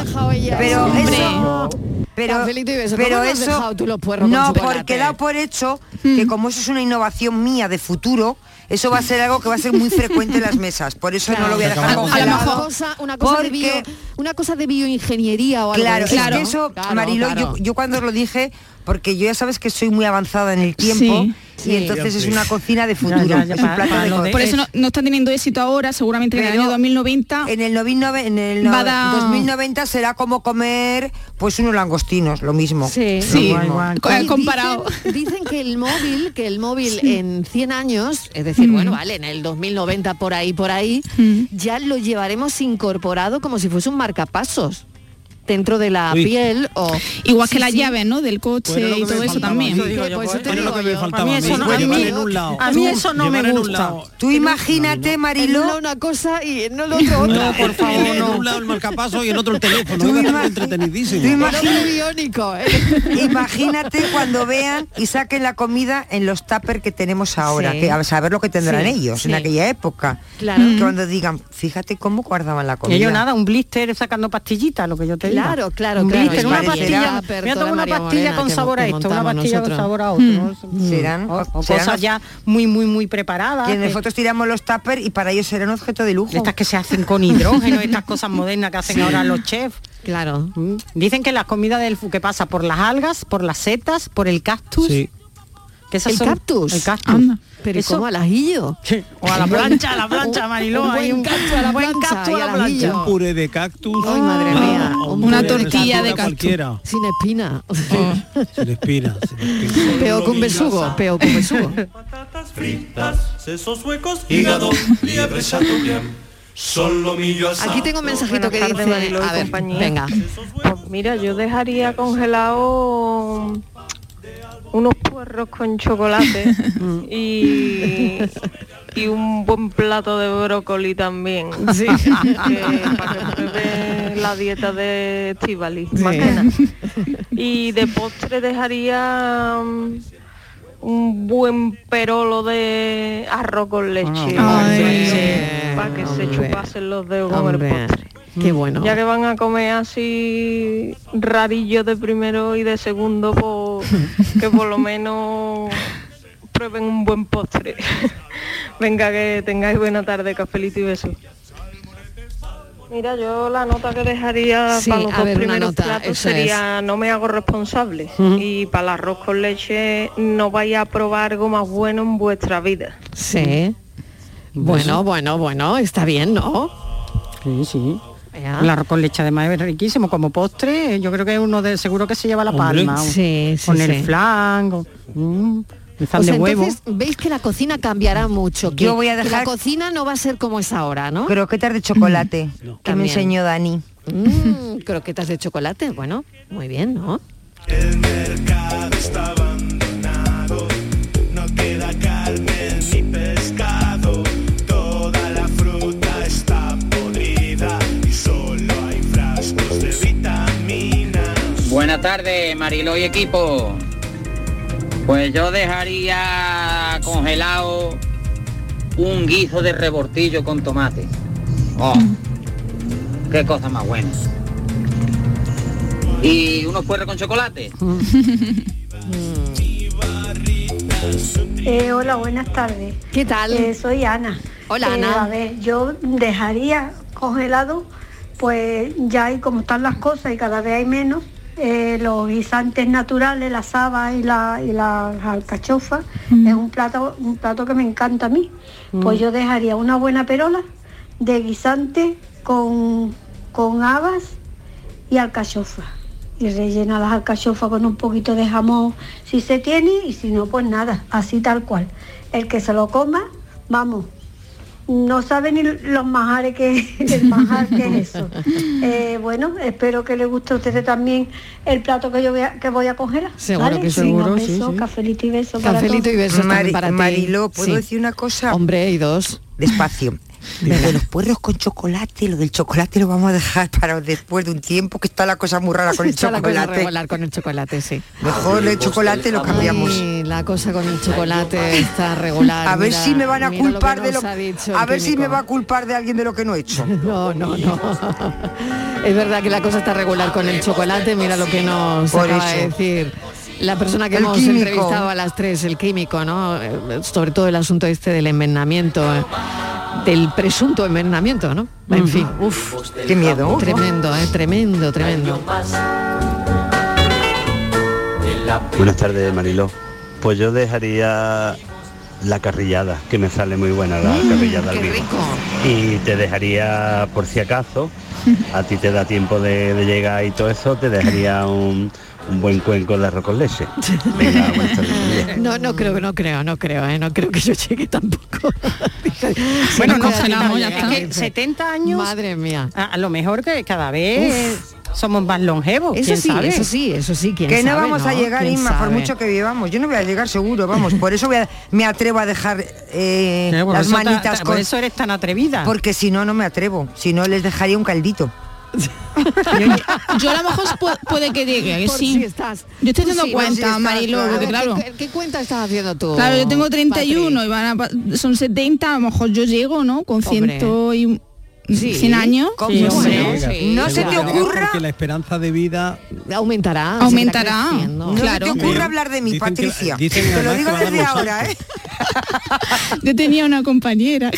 [SPEAKER 10] pero
[SPEAKER 11] Hombre.
[SPEAKER 10] eso, pero,
[SPEAKER 7] Cancelito y beso. ¿Cómo
[SPEAKER 10] pero
[SPEAKER 7] lo has
[SPEAKER 10] eso,
[SPEAKER 7] dejado tú los puerros con
[SPEAKER 10] no,
[SPEAKER 7] chocolate? Mm.
[SPEAKER 10] porque da por hecho que como eso es una innovación mía de futuro, eso va a ser algo que va a ser muy frecuente en las mesas. Por eso no lo voy a dejar
[SPEAKER 7] Claro.
[SPEAKER 10] congelado.
[SPEAKER 7] A lo mejor cosa- una cosa de
[SPEAKER 10] porque-
[SPEAKER 7] bio- una cosa de bioingeniería o algo
[SPEAKER 10] Claro,
[SPEAKER 7] de
[SPEAKER 10] es que eso,
[SPEAKER 7] Claro,
[SPEAKER 10] Marilo,
[SPEAKER 7] claro.
[SPEAKER 10] Yo, yo cuando os lo dije, porque yo ya sabes que soy muy avanzada en el tiempo,
[SPEAKER 7] Sí.
[SPEAKER 10] y entonces es una cocina de futuro. es un plato de futuro.
[SPEAKER 11] Por eso no, no está teniendo éxito ahora, seguramente en el
[SPEAKER 10] Pero
[SPEAKER 11] año 2090.
[SPEAKER 10] En el, 2009 en el no-
[SPEAKER 11] va a dar-
[SPEAKER 10] 2090 será como comer pues unos langostinos, lo mismo.
[SPEAKER 7] Sí,
[SPEAKER 10] Lo
[SPEAKER 11] Sí.
[SPEAKER 10] mismo.
[SPEAKER 7] Oye, dicen- Dicen, que el móvil, que el móvil en 100 años, es decir,
[SPEAKER 10] Mm.
[SPEAKER 7] bueno, vale, en el 2090 por ahí, por ahí,
[SPEAKER 11] Mm.
[SPEAKER 7] ya lo llevaremos incorporado como si fuese un marcapasos dentro de la
[SPEAKER 11] Uy.
[SPEAKER 7] piel o
[SPEAKER 11] Igual que
[SPEAKER 7] Sí,
[SPEAKER 11] la
[SPEAKER 7] sí.
[SPEAKER 11] llave, ¿no? Del coche
[SPEAKER 7] Bueno, lo que
[SPEAKER 11] y
[SPEAKER 7] me
[SPEAKER 11] todo eso
[SPEAKER 7] faltaba,
[SPEAKER 11] también.
[SPEAKER 7] eso digo yo, Pues eso te
[SPEAKER 8] Era lo que me faltaba a mí.
[SPEAKER 7] eso no- a
[SPEAKER 8] Llevar
[SPEAKER 7] mí-
[SPEAKER 8] en un lado.
[SPEAKER 7] a mí eso no
[SPEAKER 8] Llevar
[SPEAKER 7] me
[SPEAKER 8] en un
[SPEAKER 7] gusta.
[SPEAKER 8] lado.
[SPEAKER 10] Tú imagínate, Marilo.
[SPEAKER 7] una cosa y en el otro otra.
[SPEAKER 8] No, por favor, en un lado el marcapaso y en otro el teléfono. Iba a ser entretenidísimo.
[SPEAKER 7] biónico,
[SPEAKER 9] ¿eh?
[SPEAKER 10] Imagínate cuando vean y saquen la comida en los tuppers que tenemos ahora,
[SPEAKER 7] Sí.
[SPEAKER 10] que a saber lo que tendrán
[SPEAKER 7] Sí,
[SPEAKER 10] ellos en
[SPEAKER 7] sí.
[SPEAKER 10] aquella época.
[SPEAKER 7] Claro.
[SPEAKER 10] Que
[SPEAKER 7] Mm.
[SPEAKER 10] Cuando digan, fíjate cómo guardaban la comida.
[SPEAKER 9] Y yo nada, un blister sacando pastillitas, lo que yo te digo.
[SPEAKER 7] Claro, claro,
[SPEAKER 9] un
[SPEAKER 7] claro,
[SPEAKER 9] blister, una
[SPEAKER 7] es parecida
[SPEAKER 9] pastilla.
[SPEAKER 7] a Perto
[SPEAKER 9] Mira,
[SPEAKER 7] de
[SPEAKER 9] tengo una
[SPEAKER 7] María
[SPEAKER 9] pastilla
[SPEAKER 7] Morena
[SPEAKER 9] con
[SPEAKER 7] que
[SPEAKER 9] sabor a
[SPEAKER 7] mon- que
[SPEAKER 9] esto, una
[SPEAKER 7] montamos
[SPEAKER 9] pastilla con
[SPEAKER 7] nosotros. Mm. Hmm.
[SPEAKER 9] sabor a otro. ¿no?
[SPEAKER 10] Serán,
[SPEAKER 9] O- o
[SPEAKER 10] serán
[SPEAKER 9] cosas ya muy, muy, muy preparadas.
[SPEAKER 10] Que
[SPEAKER 9] que-
[SPEAKER 10] nosotros tiramos los tuppers y para ellos será un objeto de lujo.
[SPEAKER 9] Estas que se hacen con hidrógeno, estas cosas modernas que hacen
[SPEAKER 10] Sí.
[SPEAKER 9] ahora los chefs.
[SPEAKER 7] Claro.
[SPEAKER 9] Dicen que la comida del fu- que pasa por las algas, por las setas, por el cactus. Que esas
[SPEAKER 7] El
[SPEAKER 9] son-
[SPEAKER 7] cactus.
[SPEAKER 9] El cactus.
[SPEAKER 7] Pero ¿y
[SPEAKER 9] Eso-
[SPEAKER 7] ¿cómo al ajillo?
[SPEAKER 9] O a la plancha, a la plancha, Mariló,
[SPEAKER 7] Un
[SPEAKER 9] hay
[SPEAKER 7] buen
[SPEAKER 9] un-
[SPEAKER 7] cactus a la
[SPEAKER 9] un buen
[SPEAKER 7] plancha
[SPEAKER 9] cactus a
[SPEAKER 7] y
[SPEAKER 9] la
[SPEAKER 7] al
[SPEAKER 9] plancha.
[SPEAKER 7] ajillo.
[SPEAKER 8] Un puré de cactus. Ah,
[SPEAKER 7] Ay, madre mía.
[SPEAKER 8] un Una puré de tortilla cactus de cactus. cualquiera.
[SPEAKER 7] Sin espina.
[SPEAKER 11] Oh.
[SPEAKER 8] Sin espinas.
[SPEAKER 7] Peor que un besugo, peor que un besugo.
[SPEAKER 13] Sesos huecos, hígado, liebre, chateaubriand, Son lomillo asado.
[SPEAKER 7] Aquí tengo un mensajito que dice, a ver, venga.
[SPEAKER 22] Pues mira, yo dejaría congelado unos puerros con chocolate y, y un buen plato de brócoli también.
[SPEAKER 7] Sí.
[SPEAKER 22] Que- para que pruebe la dieta de Estivali, más que nada. Y de postre dejaría mm, un buen perolo de arroz con leche. para que, pa' que se chupasen los dedos con el
[SPEAKER 7] Hombre, qué bueno.
[SPEAKER 22] ya que van a comer así rarillo de primero y de segundo, pues, que por lo menos prueben un buen postre. Venga, que tengáis buena tarde, cafelito y besos. Mira, yo la nota que dejaría
[SPEAKER 7] Sí,
[SPEAKER 22] para los
[SPEAKER 7] a
[SPEAKER 22] dos
[SPEAKER 7] ver, una
[SPEAKER 22] primeros
[SPEAKER 7] nota,
[SPEAKER 22] platos
[SPEAKER 7] eso
[SPEAKER 22] sería no me hago responsable.
[SPEAKER 7] Ujú.
[SPEAKER 22] Y para el arroz con leche no vaya a probar algo más bueno en vuestra vida.
[SPEAKER 7] Sí.
[SPEAKER 22] Mm.
[SPEAKER 7] Bueno, bueno, bueno, está bien, ¿no?
[SPEAKER 9] Sí, sí. El arroz con leche además es riquísimo como postre. Yo creo que es uno de seguro que se lleva la
[SPEAKER 7] Hombre.
[SPEAKER 9] palma.
[SPEAKER 7] Sí, sí,
[SPEAKER 9] con
[SPEAKER 7] sí.
[SPEAKER 9] el flan, con, mm, el
[SPEAKER 7] O
[SPEAKER 9] fan
[SPEAKER 7] sea,
[SPEAKER 9] de huevo.
[SPEAKER 7] entonces, veis que la cocina cambiará mucho. que-
[SPEAKER 10] Yo voy a
[SPEAKER 7] que
[SPEAKER 10] dejar-
[SPEAKER 7] la cocina no va a ser como es ahora, ¿no? Mm.
[SPEAKER 10] Croquetas de chocolate que me
[SPEAKER 7] También.
[SPEAKER 10] enseñó Dani.
[SPEAKER 7] Mm, croquetas de chocolate, bueno, muy bien, ¿no?
[SPEAKER 13] Mercado está abandonado. No queda carne ni pescado. Toda la fruta está podrida. Y solo hay frascos de vitaminas.
[SPEAKER 16] Buenas tardes, Mariló y equipo. Pues yo dejaría congelado un guiso de rebortillo con tomate. Oh, qué cosa más buena. Y unos puerros con chocolate.
[SPEAKER 23] Eh, hola, buenas tardes. Eh,
[SPEAKER 7] ¿Qué tal?
[SPEAKER 23] soy Ana.
[SPEAKER 7] Hola,
[SPEAKER 23] Eh,
[SPEAKER 7] Ana.
[SPEAKER 23] A ver, yo dejaría congelado, pues ya hay como están las cosas y cada vez hay menos, eh, los guisantes naturales, la saba y la, y la alcachofa.
[SPEAKER 7] Mm.
[SPEAKER 23] Es un plato, un plato que me encanta a mí. Pues
[SPEAKER 4] Mm.
[SPEAKER 23] yo dejaría una buena perola de guisante con, con habas y alcachofa. Y rellena las alcachofas con un poquito de jamón si se tiene y si no, pues nada, así tal cual. El que se lo coma, vamos, no sabe ni los majares que el majar que es eso. Eh, bueno, espero que le guste a ustedes también el plato que yo voy a, que voy a congelar.
[SPEAKER 7] Seguro
[SPEAKER 23] ¿vale?
[SPEAKER 7] que seguro,
[SPEAKER 23] Venga,
[SPEAKER 7] sí,
[SPEAKER 23] beso,
[SPEAKER 7] sí.
[SPEAKER 23] Cafelito y beso para
[SPEAKER 7] Cafelito y
[SPEAKER 23] todos.
[SPEAKER 7] besos
[SPEAKER 10] Mari-
[SPEAKER 7] también para ti.
[SPEAKER 10] Mariló, ¿puedo
[SPEAKER 7] Sí.
[SPEAKER 10] decir una cosa?
[SPEAKER 7] Hombre, y dos.
[SPEAKER 10] Despacio. Lo de los puerros con chocolate, lo del chocolate lo vamos a dejar para después de un tiempo que está la cosa muy rara con el
[SPEAKER 7] Está la cosa
[SPEAKER 10] chocolate.
[SPEAKER 7] regular con el chocolate, sí.
[SPEAKER 10] Mejor el chocolate lo cambiamos.
[SPEAKER 7] Ay, la cosa con el chocolate está regular.
[SPEAKER 10] A ver
[SPEAKER 7] mira,
[SPEAKER 10] si me van a
[SPEAKER 7] mira lo que
[SPEAKER 10] culpar de
[SPEAKER 7] nos
[SPEAKER 10] lo
[SPEAKER 7] ha dicho
[SPEAKER 10] A
[SPEAKER 7] el
[SPEAKER 10] ver si
[SPEAKER 7] químico.
[SPEAKER 10] me va a culpar de alguien de lo que no he hecho.
[SPEAKER 7] No, no, no. Es verdad que la cosa está regular con el chocolate, mira lo que nos
[SPEAKER 10] Por
[SPEAKER 7] acaba de
[SPEAKER 10] eso.
[SPEAKER 7] decir la persona que
[SPEAKER 10] El
[SPEAKER 7] hemos
[SPEAKER 10] químico.
[SPEAKER 7] entrevistado a las tres, el químico, ¿no? Eh, Sobre todo el asunto este del envenenamiento, eh, del presunto envenenamiento, ¿no? En fin, uff.
[SPEAKER 10] Qué miedo.
[SPEAKER 7] Tremendo, eh, tremendo, tremendo.
[SPEAKER 24] Buenas tardes, Mariló.
[SPEAKER 1] Pues yo dejaría la carrillada, que me sale muy buena la carrillada al
[SPEAKER 7] Mm, qué
[SPEAKER 1] vivo.
[SPEAKER 7] rico.
[SPEAKER 1] Y te dejaría, por si acaso, a ti te da tiempo de, de llegar y todo eso, te dejaría un, un buen cuenco de arroz con leche. Venga, buenas tardes.
[SPEAKER 7] No, no creo, no creo, no creo, ¿eh? no creo que yo llegue tampoco.
[SPEAKER 9] Bueno, no
[SPEAKER 7] cenamos,
[SPEAKER 9] cenamos, ya está. Es que 70 años.
[SPEAKER 7] Madre mía.
[SPEAKER 9] A, a lo mejor que cada vez somos más longevos.
[SPEAKER 10] Eso
[SPEAKER 9] ¿quién
[SPEAKER 10] sí,
[SPEAKER 9] sabe?
[SPEAKER 10] eso sí,
[SPEAKER 7] eso sí,
[SPEAKER 10] Oh, que no vamos a llegar, Inma, por mucho que vivamos. Yo no voy a llegar seguro, vamos. Por eso voy a- me atrevo a dejar eh,
[SPEAKER 9] Eh, por
[SPEAKER 10] las
[SPEAKER 9] eso ta-
[SPEAKER 10] manitas
[SPEAKER 9] ta-
[SPEAKER 10] con...
[SPEAKER 9] Por eso eres tan atrevida.
[SPEAKER 10] Porque si no, no me atrevo. Si no, les dejaría un caldito.
[SPEAKER 11] Yo a lo mejor pu- puede que llegue, que
[SPEAKER 7] Por
[SPEAKER 11] sí.
[SPEAKER 7] si estás.
[SPEAKER 11] Yo estoy
[SPEAKER 7] Tú
[SPEAKER 11] haciendo
[SPEAKER 7] sí, por si
[SPEAKER 11] cuenta,
[SPEAKER 7] estás,
[SPEAKER 11] Marilo,
[SPEAKER 7] claro.
[SPEAKER 11] porque
[SPEAKER 7] A ver,
[SPEAKER 11] claro.
[SPEAKER 7] ¿qué, qué cuenta estás haciendo tú?
[SPEAKER 11] Claro, yo tengo 31 y van a pa- son 70, a lo mejor yo llego, ¿no? Con
[SPEAKER 7] Hombre.
[SPEAKER 11] ciento y
[SPEAKER 7] Sí.
[SPEAKER 11] 100 años.
[SPEAKER 7] ¿Cómo Sí, no? hombre.
[SPEAKER 8] Llega,
[SPEAKER 7] Sí. No se te
[SPEAKER 8] seguro que llega,
[SPEAKER 7] ocurra-
[SPEAKER 8] Porque la esperanza de vida
[SPEAKER 7] Patri? Aumentará.
[SPEAKER 11] Aumentará.
[SPEAKER 7] seguirá creciendo.
[SPEAKER 11] No se te Claro. ocurra
[SPEAKER 8] Sí.
[SPEAKER 10] hablar de mí,
[SPEAKER 8] Dicen que-
[SPEAKER 10] Patricia.
[SPEAKER 8] dicen
[SPEAKER 10] Te lo
[SPEAKER 8] además
[SPEAKER 10] digo
[SPEAKER 8] que van a
[SPEAKER 10] desde
[SPEAKER 8] los
[SPEAKER 10] ahora, ¿eh?
[SPEAKER 11] Yo tenía una compañera.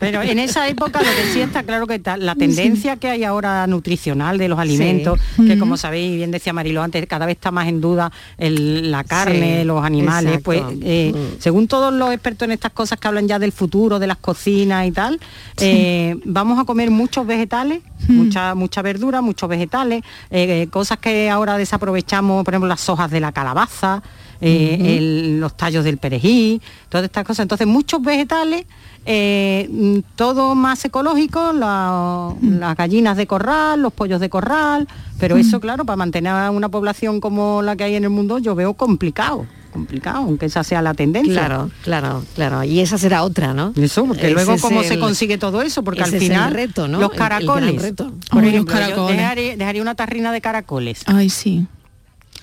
[SPEAKER 9] Pero en esa época lo que sí está claro que ta- la tendencia que hay ahora nutricional de los alimentos,
[SPEAKER 7] Sí.
[SPEAKER 9] que
[SPEAKER 7] Ujú.
[SPEAKER 9] como sabéis, bien decía Marilo antes, cada vez está más en duda el- la carne,
[SPEAKER 7] Sí,
[SPEAKER 9] los animales,
[SPEAKER 7] exacto. Mm.
[SPEAKER 9] pues eh, según todos los expertos en estas cosas que hablan ya del futuro, de las cocinas y tal, eh, vamos a comer muchos vegetales, mucha, mucha verdura, muchos vegetales, eh, eh, cosas que ahora desaprovechamos, por ejemplo, las hojas de la calabaza, eh,
[SPEAKER 3] Ujú.
[SPEAKER 9] el- los tallos del perejil, todas estas cosas. Entonces, muchos vegetales, eh, mm, todo más ecológico, la-
[SPEAKER 7] Mm.
[SPEAKER 9] las gallinas de corral, los pollos de corral, pero eso, claro, para mantener a una población como la que hay en el mundo, yo veo complicado, complicado, aunque esa sea la tendencia.
[SPEAKER 7] Claro, claro, claro. Y esa será otra, ¿no?
[SPEAKER 9] Eso, porque
[SPEAKER 7] Ese
[SPEAKER 9] luego
[SPEAKER 7] es
[SPEAKER 9] cómo se
[SPEAKER 7] el-
[SPEAKER 9] consigue todo eso, porque
[SPEAKER 7] ese
[SPEAKER 9] al
[SPEAKER 7] es el
[SPEAKER 9] final
[SPEAKER 7] reto, ¿no?
[SPEAKER 9] los
[SPEAKER 7] El- el gran
[SPEAKER 9] caracoles,
[SPEAKER 7] reto.
[SPEAKER 9] por
[SPEAKER 7] Ay,
[SPEAKER 9] ejemplo,
[SPEAKER 7] los
[SPEAKER 9] yo
[SPEAKER 7] caracoles.
[SPEAKER 9] dejaré- dejaría una tarrina de caracoles,
[SPEAKER 11] Ay, sí.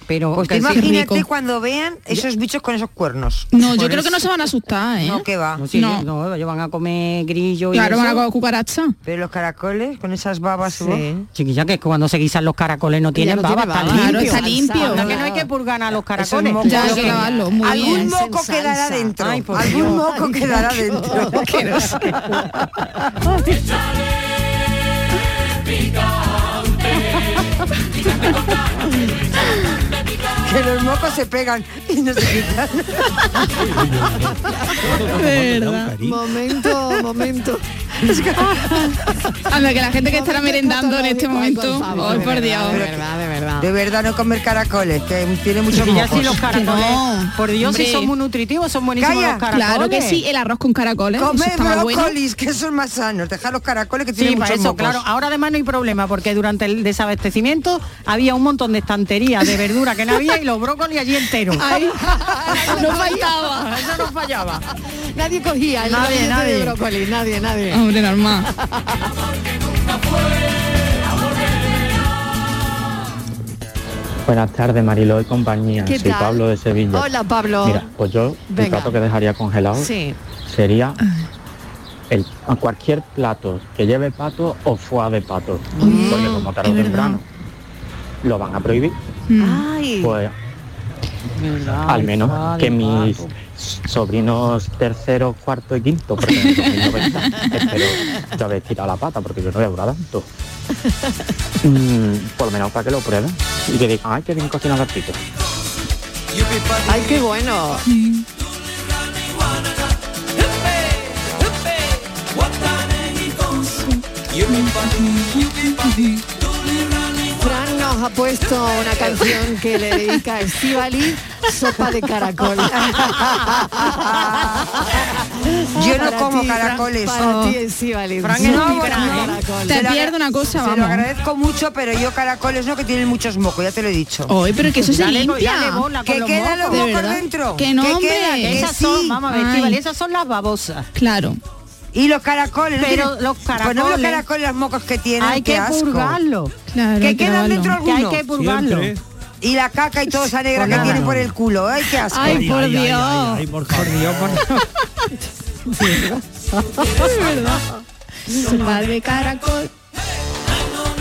[SPEAKER 9] pero
[SPEAKER 10] Pues tú
[SPEAKER 9] que sí.
[SPEAKER 10] imagínate cuando vean esos bichos con esos cuernos.
[SPEAKER 11] No, yo
[SPEAKER 9] Por
[SPEAKER 11] creo que no
[SPEAKER 9] eso.
[SPEAKER 11] se van a asustar, ¿eh?
[SPEAKER 10] No, que va.
[SPEAKER 9] No, sí, no. ellos van a comer grillo y
[SPEAKER 11] Claro,
[SPEAKER 9] eso.
[SPEAKER 11] van a comer cucaracha.
[SPEAKER 10] Pero los caracoles con esas babas...
[SPEAKER 9] Sí.
[SPEAKER 10] ¿no?
[SPEAKER 9] Chiquilla, que es que cuando se guisan los caracoles no tienen
[SPEAKER 10] no
[SPEAKER 9] baba, está
[SPEAKER 10] tiene baba.
[SPEAKER 9] limpio.
[SPEAKER 10] Claro, está limpio.
[SPEAKER 9] Anda que no hay que purgar a los caracoles.
[SPEAKER 10] moco. Ya, hay que lavarlo, muy Algún bien. moco
[SPEAKER 9] Es en
[SPEAKER 10] quedará
[SPEAKER 9] salsa.
[SPEAKER 10] dentro.
[SPEAKER 9] Ay, por
[SPEAKER 10] Algún
[SPEAKER 9] Dios.
[SPEAKER 10] moco
[SPEAKER 9] Ay,
[SPEAKER 10] quedará
[SPEAKER 9] qué
[SPEAKER 10] dentro.
[SPEAKER 9] horror.
[SPEAKER 10] Qué asco. Que los mocos se pegan y no se quitan.
[SPEAKER 7] Verdad. Momento, momento.
[SPEAKER 11] Anda, Ah, que la gente que estará merendando en este momento. Ay, por Dios.
[SPEAKER 10] De verdad, de verdad. De verdad no comer caracoles, que tiene muchos
[SPEAKER 9] Y ya
[SPEAKER 10] mocos.
[SPEAKER 9] sí los caracoles,
[SPEAKER 11] no,
[SPEAKER 9] por Dios, sí
[SPEAKER 11] hombre.
[SPEAKER 9] son muy nutritivos, son buenísimos
[SPEAKER 10] Calla.
[SPEAKER 9] los caracoles.
[SPEAKER 11] Claro que sí, el arroz con caracoles. eso
[SPEAKER 10] Come
[SPEAKER 11] estaba bueno.
[SPEAKER 10] brócolis, que son más sanos. Deja los caracoles que
[SPEAKER 9] Sí,
[SPEAKER 10] tienen
[SPEAKER 9] para
[SPEAKER 10] muchos
[SPEAKER 9] eso,
[SPEAKER 10] mocos.
[SPEAKER 9] claro. Ahora además no hay problema, porque durante el desabastecimiento había un montón de estanterías de verdura que no había y los brócolis allí enteros.
[SPEAKER 7] Ay,
[SPEAKER 9] no
[SPEAKER 7] faltaba.
[SPEAKER 9] Eso no fallaba.
[SPEAKER 7] Nadie cogía el
[SPEAKER 9] Nadie,
[SPEAKER 7] ramillete
[SPEAKER 9] nadie.
[SPEAKER 7] de brócoli, nadie, nadie.
[SPEAKER 11] Hombre, normal.
[SPEAKER 25] Buenas tardes, Mariló y compañía.
[SPEAKER 7] ¿Qué
[SPEAKER 25] Soy
[SPEAKER 7] tal?
[SPEAKER 25] Pablo de Sevilla.
[SPEAKER 7] Hola, Pablo.
[SPEAKER 25] Mira, pues yo el
[SPEAKER 7] Venga.
[SPEAKER 25] plato que dejaría congelado
[SPEAKER 7] Sí.
[SPEAKER 25] sería el, a cualquier plato que lleve pato o foie de pato. porque como tarde o temprano lo van a prohibir.
[SPEAKER 7] Ay.
[SPEAKER 25] Pues al menos que mis sobrinos tercero, cuarto y quinto, porque en el 2090 espero yo haber tirado la pata, porque yo no voy a durar tanto. Mm, por lo menos para que lo prueben y que digan, ay, que bien cocina Garcito.
[SPEAKER 7] Ay, qué bueno. Fran nos ha puesto una canción que le dedica a Estivali, Sopa de Caracol.
[SPEAKER 10] Yo no
[SPEAKER 7] Para
[SPEAKER 10] como
[SPEAKER 7] ti, Fran,
[SPEAKER 10] caracoles.
[SPEAKER 7] Para
[SPEAKER 10] Oh.
[SPEAKER 7] ti, Estivali.
[SPEAKER 10] Fran,
[SPEAKER 7] sopa
[SPEAKER 10] no,
[SPEAKER 7] de
[SPEAKER 10] bueno,
[SPEAKER 7] caracol.
[SPEAKER 10] no.
[SPEAKER 11] Te
[SPEAKER 10] ¿eh? Se lo
[SPEAKER 11] pierdo una cosa,
[SPEAKER 10] se
[SPEAKER 11] vamos.
[SPEAKER 10] lo agradezco mucho, pero yo caracoles no, que tienen muchos mocos, ya te lo he dicho.
[SPEAKER 11] Ay, pero que eso se Dale, limpia. dale bola con
[SPEAKER 10] Que
[SPEAKER 11] los
[SPEAKER 10] quedan los
[SPEAKER 11] mocos. De
[SPEAKER 10] mocos
[SPEAKER 11] verdad.
[SPEAKER 10] dentro.
[SPEAKER 11] Que no, hombre,
[SPEAKER 10] quedan,
[SPEAKER 11] que
[SPEAKER 10] que
[SPEAKER 9] Esas
[SPEAKER 10] sí.
[SPEAKER 9] son, vamos a ver,
[SPEAKER 11] Ay.
[SPEAKER 9] Estíbal, esas son las babosas.
[SPEAKER 11] Claro.
[SPEAKER 10] Y los caracoles, ¿no?
[SPEAKER 9] Pero
[SPEAKER 10] tienen-
[SPEAKER 9] los
[SPEAKER 10] Pues no los
[SPEAKER 9] caracoles-
[SPEAKER 10] caracoles, los mocos que tienen.
[SPEAKER 9] Hay
[SPEAKER 10] qué
[SPEAKER 9] que
[SPEAKER 10] asco.
[SPEAKER 9] purgarlo.
[SPEAKER 11] Claro,
[SPEAKER 10] que
[SPEAKER 11] hay que
[SPEAKER 10] quedan
[SPEAKER 11] lavarlo.
[SPEAKER 10] dentro
[SPEAKER 9] Que hay
[SPEAKER 10] algunos.
[SPEAKER 9] que purgarlo. Siempre.
[SPEAKER 10] Y la caca y toda esa negra
[SPEAKER 9] Pues
[SPEAKER 10] que
[SPEAKER 9] nada.
[SPEAKER 10] tiene por el culo. Ay, qué asco.
[SPEAKER 9] Ay, por Ay, ay, ay, Dios. ay,
[SPEAKER 8] por Dios,
[SPEAKER 11] Es verdad. Sopa de caracol.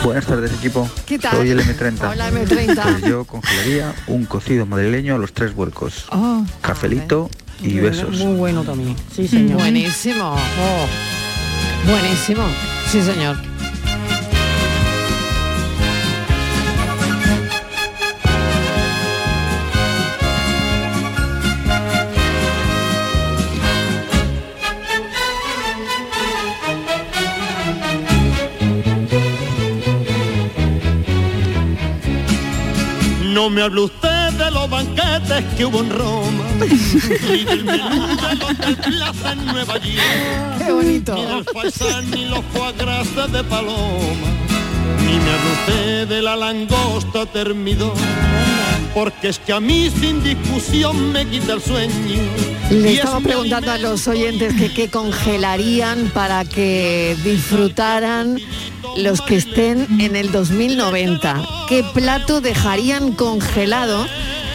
[SPEAKER 26] Buenas tardes equipo.
[SPEAKER 7] ¿Qué tal?
[SPEAKER 26] Soy el M30.
[SPEAKER 7] Hola, M30.
[SPEAKER 26] Pues yo congelaría un cocido madrileño a los tres vuelcos.
[SPEAKER 7] Oh.
[SPEAKER 26] Cafelito y besos.
[SPEAKER 9] Muy bueno también. Sí, señor.
[SPEAKER 7] Buenísimo. Buenísimo. Sí, señor.
[SPEAKER 6] No me hable usted de los banquetes que hubo en Roma. ni del menú de los del Plaza en Nueva York.
[SPEAKER 7] Qué bonito.
[SPEAKER 6] Ni del faisán ni los foie gras de paloma. Ni me hable usted de la langosta termidor. Porque es que a mí sin discusión me quita el sueño.
[SPEAKER 7] Le
[SPEAKER 6] Y es
[SPEAKER 7] estaba
[SPEAKER 6] mi
[SPEAKER 7] preguntando a los oyentes que qué congelarían para que disfrutaran los que estén en el 2090. ¿Qué plato dejarían congelado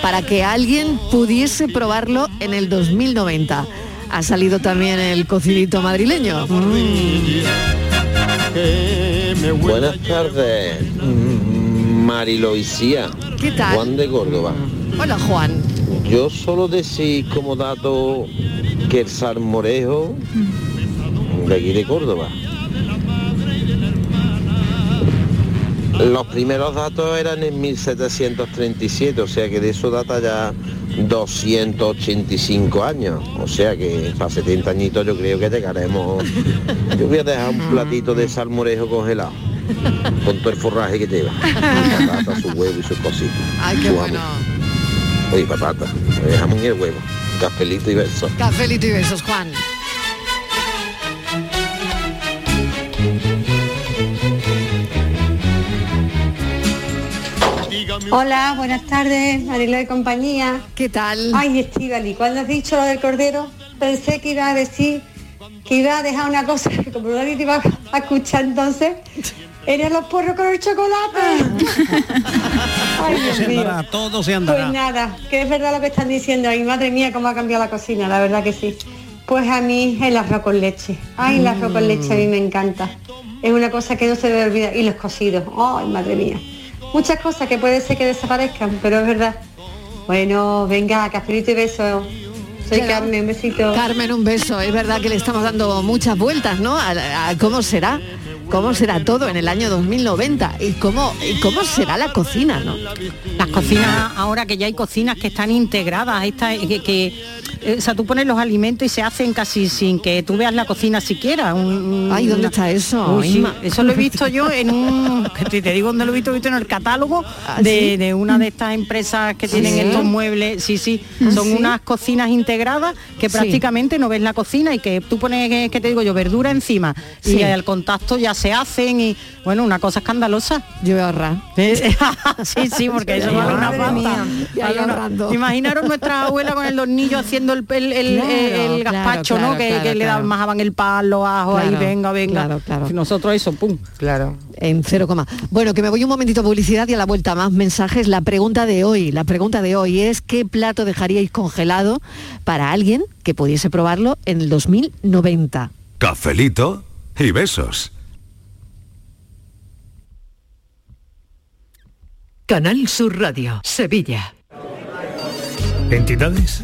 [SPEAKER 7] para que alguien pudiese probarlo en el 2090? Ha salido también el cocidito madrileño.
[SPEAKER 20] Buenas tardes, Mariloisía.
[SPEAKER 7] ¿Qué tal?
[SPEAKER 20] Juan de Córdoba.
[SPEAKER 7] Hola Juan.
[SPEAKER 20] Yo solo decir como dato que el salmorejo de aquí de Córdoba. Los primeros datos eran en 1737, o sea que de eso data ya 285 años. O sea que para 70 añitos yo creo que llegaremos. Yo voy a dejar un platito de salmorejo congelado, con todo el forraje que lleva. Su patata, su huevo y sus cositas.
[SPEAKER 7] Ay, qué
[SPEAKER 20] su
[SPEAKER 7] bueno.
[SPEAKER 20] jamón. Oye, patata, el jamón y el huevo. Cafelito y verso.
[SPEAKER 7] Cafelito y besos, Juan.
[SPEAKER 10] Hola, buenas tardes, Marilo y compañía.
[SPEAKER 7] ¿Qué tal?
[SPEAKER 10] Ay, Estivali, cuando has dicho lo del cordero, pensé que iba a decir que iba a dejar una cosa que como nadie te iba a escuchar entonces, eran ¿eh? los porros con el
[SPEAKER 7] Ah.
[SPEAKER 10] chocolate.
[SPEAKER 7] ¿eh?
[SPEAKER 10] Ay,
[SPEAKER 8] Todo se
[SPEAKER 10] Dios mío.
[SPEAKER 8] andará, todo se
[SPEAKER 10] Pues
[SPEAKER 8] andará.
[SPEAKER 10] nada, que es verdad lo que están diciendo ahí. Madre mía, cómo ha cambiado la cocina, la verdad que sí. Pues a mí el arroz con leche. Ay, el arroz con leche a mí me encanta. Es una cosa que no se debe olvidar. Y los cocidos. Ay, madre mía. Muchas cosas que puede ser que desaparezcan, pero es verdad. Bueno, venga, cafelito y beso. Soy
[SPEAKER 7] Claro.
[SPEAKER 10] Carmen, un besito.
[SPEAKER 7] Carmen, un beso. Es verdad que le estamos dando muchas vueltas, ¿no? A, a cómo será, cómo será todo en el año 2090 y cómo y cómo será la cocina, ¿no?
[SPEAKER 9] Las cocinas, ahora que ya hay cocinas que están integradas, esta, que, que, eh, o sea, tú pones los alimentos y se hacen casi sin que tú veas la cocina siquiera. un-
[SPEAKER 7] Ay, ¿dónde está eso,
[SPEAKER 9] Uy, sí,
[SPEAKER 7] Inma?
[SPEAKER 9] eso lo he visto yo en un, que te, te digo dónde lo he visto, lo he visto en el catálogo
[SPEAKER 7] ¿Ah,
[SPEAKER 9] de,
[SPEAKER 7] sí?
[SPEAKER 9] de una de estas empresas que
[SPEAKER 7] ¿Sí?
[SPEAKER 9] tienen estos muebles. Sí, sí,
[SPEAKER 7] ¿Ah,
[SPEAKER 9] son
[SPEAKER 7] sí?
[SPEAKER 9] unas cocinas integradas que
[SPEAKER 7] Sí.
[SPEAKER 9] prácticamente no ves la cocina y que tú pones, eh, que te digo yo, verdura encima
[SPEAKER 7] Sí.
[SPEAKER 9] y al contacto ya se hacen y, bueno, una cosa escandalosa. Eh,
[SPEAKER 7] Yo voy a ahorrar.
[SPEAKER 9] sí, sí, porque eso vale una pasta.
[SPEAKER 7] Ya
[SPEAKER 9] Vale
[SPEAKER 7] iba
[SPEAKER 9] una-
[SPEAKER 7] ahorrando.
[SPEAKER 9] Imaginaros nuestra abuela con el hornillo haciendo el, el, el- eh,
[SPEAKER 7] Claro,
[SPEAKER 9] el
[SPEAKER 7] claro,
[SPEAKER 9] gazpacho,
[SPEAKER 7] claro,
[SPEAKER 9] ¿no? Que,
[SPEAKER 7] claro,
[SPEAKER 9] que le
[SPEAKER 7] claro.
[SPEAKER 9] daban majaban el palo, ajo, ahí,
[SPEAKER 7] Claro,
[SPEAKER 9] venga, venga.
[SPEAKER 7] claro, claro.
[SPEAKER 9] Nosotros eso, pum.
[SPEAKER 7] Claro. En cero coma. Bueno, que me voy un momentito a publicidad y a la vuelta más mensajes. La pregunta de hoy, la pregunta de hoy es ¿qué plato dejaríais congelado para alguien que pudiese probarlo en el 2090?
[SPEAKER 27] Cafelito y besos.
[SPEAKER 28] Canal Sur Radio, Sevilla.
[SPEAKER 24] ¿Entidades?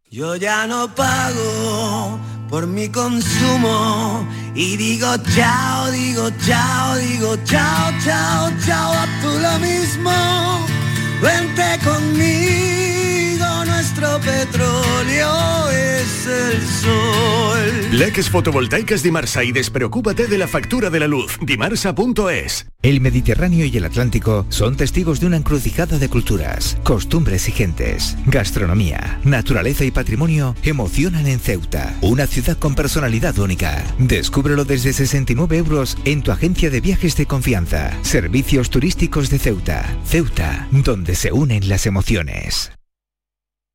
[SPEAKER 29] Yo ya no pago por mi consumo y digo chao, digo chao, digo chao, chao, chao, a tú lo mismo. Vente conmigo, nuestro petróleo es el sol.
[SPEAKER 1] Leques fotovoltaicas Dimarsa y despreocúpate de la factura de la luz. Dimarsa.es.
[SPEAKER 30] El Mediterráneo y el Atlántico son testigos de una encrucijada de culturas, costumbres y gentes. Gastronomía, naturaleza y patrimonio emocionan en Ceuta, una ciudad con personalidad única. Descúbrelo desde 69 euros en tu agencia de viajes de confianza. Servicios turísticos de Ceuta. Ceuta, donde se unen las emociones.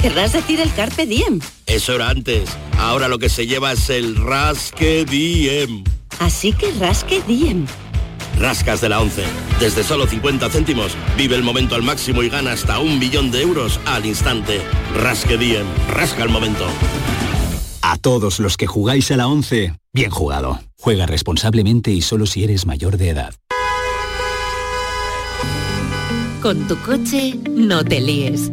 [SPEAKER 31] ¿Querrás decir el carpe diem?
[SPEAKER 1] Eso era antes. Ahora lo que se lleva es el Rasque Diem.
[SPEAKER 31] Así que rasque diem.
[SPEAKER 1] Rascas de la 11. Desde solo 50 céntimos, vive el momento al máximo y gana hasta un millón de euros al instante. Rasque Diem. Rasca el momento.
[SPEAKER 32] A todos los que jugáis a la 11, bien jugado. Juega responsablemente y solo si eres mayor de edad.
[SPEAKER 4] Con tu coche no te líes.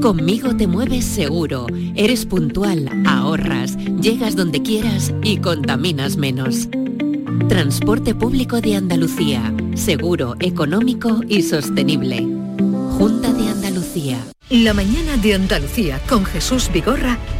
[SPEAKER 4] Conmigo te mueves seguro, eres puntual, ahorras, llegas donde quieras y contaminas menos. Transporte público de Andalucía, seguro, económico y sostenible. Junta de Andalucía. La mañana de Andalucía con Jesús Vigorra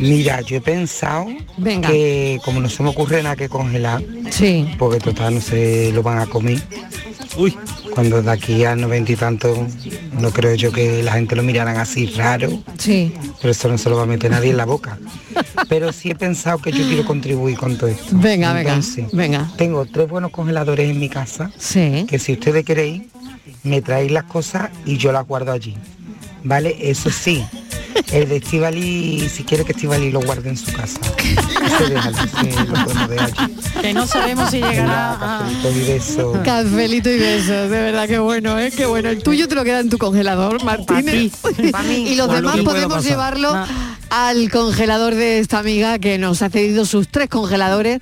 [SPEAKER 33] Mira, yo he pensado
[SPEAKER 7] Venga.
[SPEAKER 33] que como no se me ocurre nada que congelar,
[SPEAKER 7] Sí.
[SPEAKER 33] porque total no se lo van a comer.
[SPEAKER 34] Uy.
[SPEAKER 33] Cuando de aquí al noventa y tanto, no creo yo que la gente lo miraran así raro,
[SPEAKER 7] Sí.
[SPEAKER 33] pero eso no se lo va a meter nadie en la boca. Pero sí he pensado que yo quiero contribuir con todo esto.
[SPEAKER 7] Venga, venga,
[SPEAKER 33] Entonces,
[SPEAKER 7] venga.
[SPEAKER 33] Tengo tres buenos congeladores en mi casa,
[SPEAKER 7] Sí.
[SPEAKER 33] que si ustedes queréis, me traéis las cosas y yo las guardo allí. ¿Vale? Eso sí. El de Estivali, si quiere que Estivali lo guarde en su casa. Ustedes así se lo pueden dejar allí.
[SPEAKER 9] Que no sabemos si llegará a...
[SPEAKER 33] Todo y beso.
[SPEAKER 7] Cafelito y besos, de verdad que bueno, ¿eh? Qué bueno. El tuyo te lo queda en tu congelador, Martínez. y los
[SPEAKER 9] Por lo
[SPEAKER 7] demás
[SPEAKER 9] que pueda
[SPEAKER 7] podemos
[SPEAKER 9] pasar.
[SPEAKER 7] llevarlo
[SPEAKER 10] Ah.
[SPEAKER 9] No.
[SPEAKER 7] al congelador de esta amiga que nos ha cedido sus tres congeladores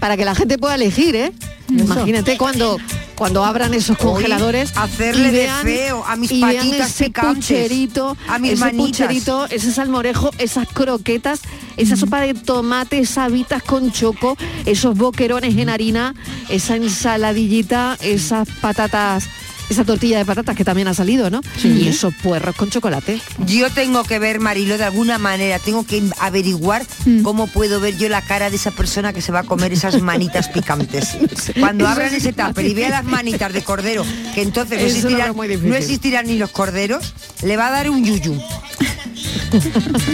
[SPEAKER 7] para que la gente pueda elegir, ¿eh? Imagínate cuando, cuando abran esos
[SPEAKER 10] Hoy,
[SPEAKER 7] congeladores.
[SPEAKER 10] hacerle
[SPEAKER 7] y
[SPEAKER 10] de
[SPEAKER 7] vean-
[SPEAKER 10] feo a mis
[SPEAKER 7] y vean
[SPEAKER 10] patitas
[SPEAKER 7] ese
[SPEAKER 10] picantes,
[SPEAKER 7] pucherito,
[SPEAKER 10] a mis
[SPEAKER 7] ese
[SPEAKER 10] manitas.
[SPEAKER 7] pucherito, ese salmorejo, esas croquetas, esa sopa de tomate, esas habitas con choco, esos boquerones en harina, esa ensaladillita, esas patatas, esa tortilla de patatas que también ha salido, ¿no? Y esos puerros con chocolate.
[SPEAKER 10] Yo tengo que ver, Marilo, de alguna manera, tengo que averiguar cómo puedo ver yo la cara de esa persona que se va a comer esas manitas picantes. Cuando
[SPEAKER 7] Eso
[SPEAKER 10] abran
[SPEAKER 7] es
[SPEAKER 10] ese tupper y vea las
[SPEAKER 7] fácil.
[SPEAKER 10] manitas de cordero, que entonces no
[SPEAKER 7] Eso lo veo
[SPEAKER 10] existirán,
[SPEAKER 7] muy difícil.
[SPEAKER 10] no existirán ni los corderos, le va a dar un yuyu.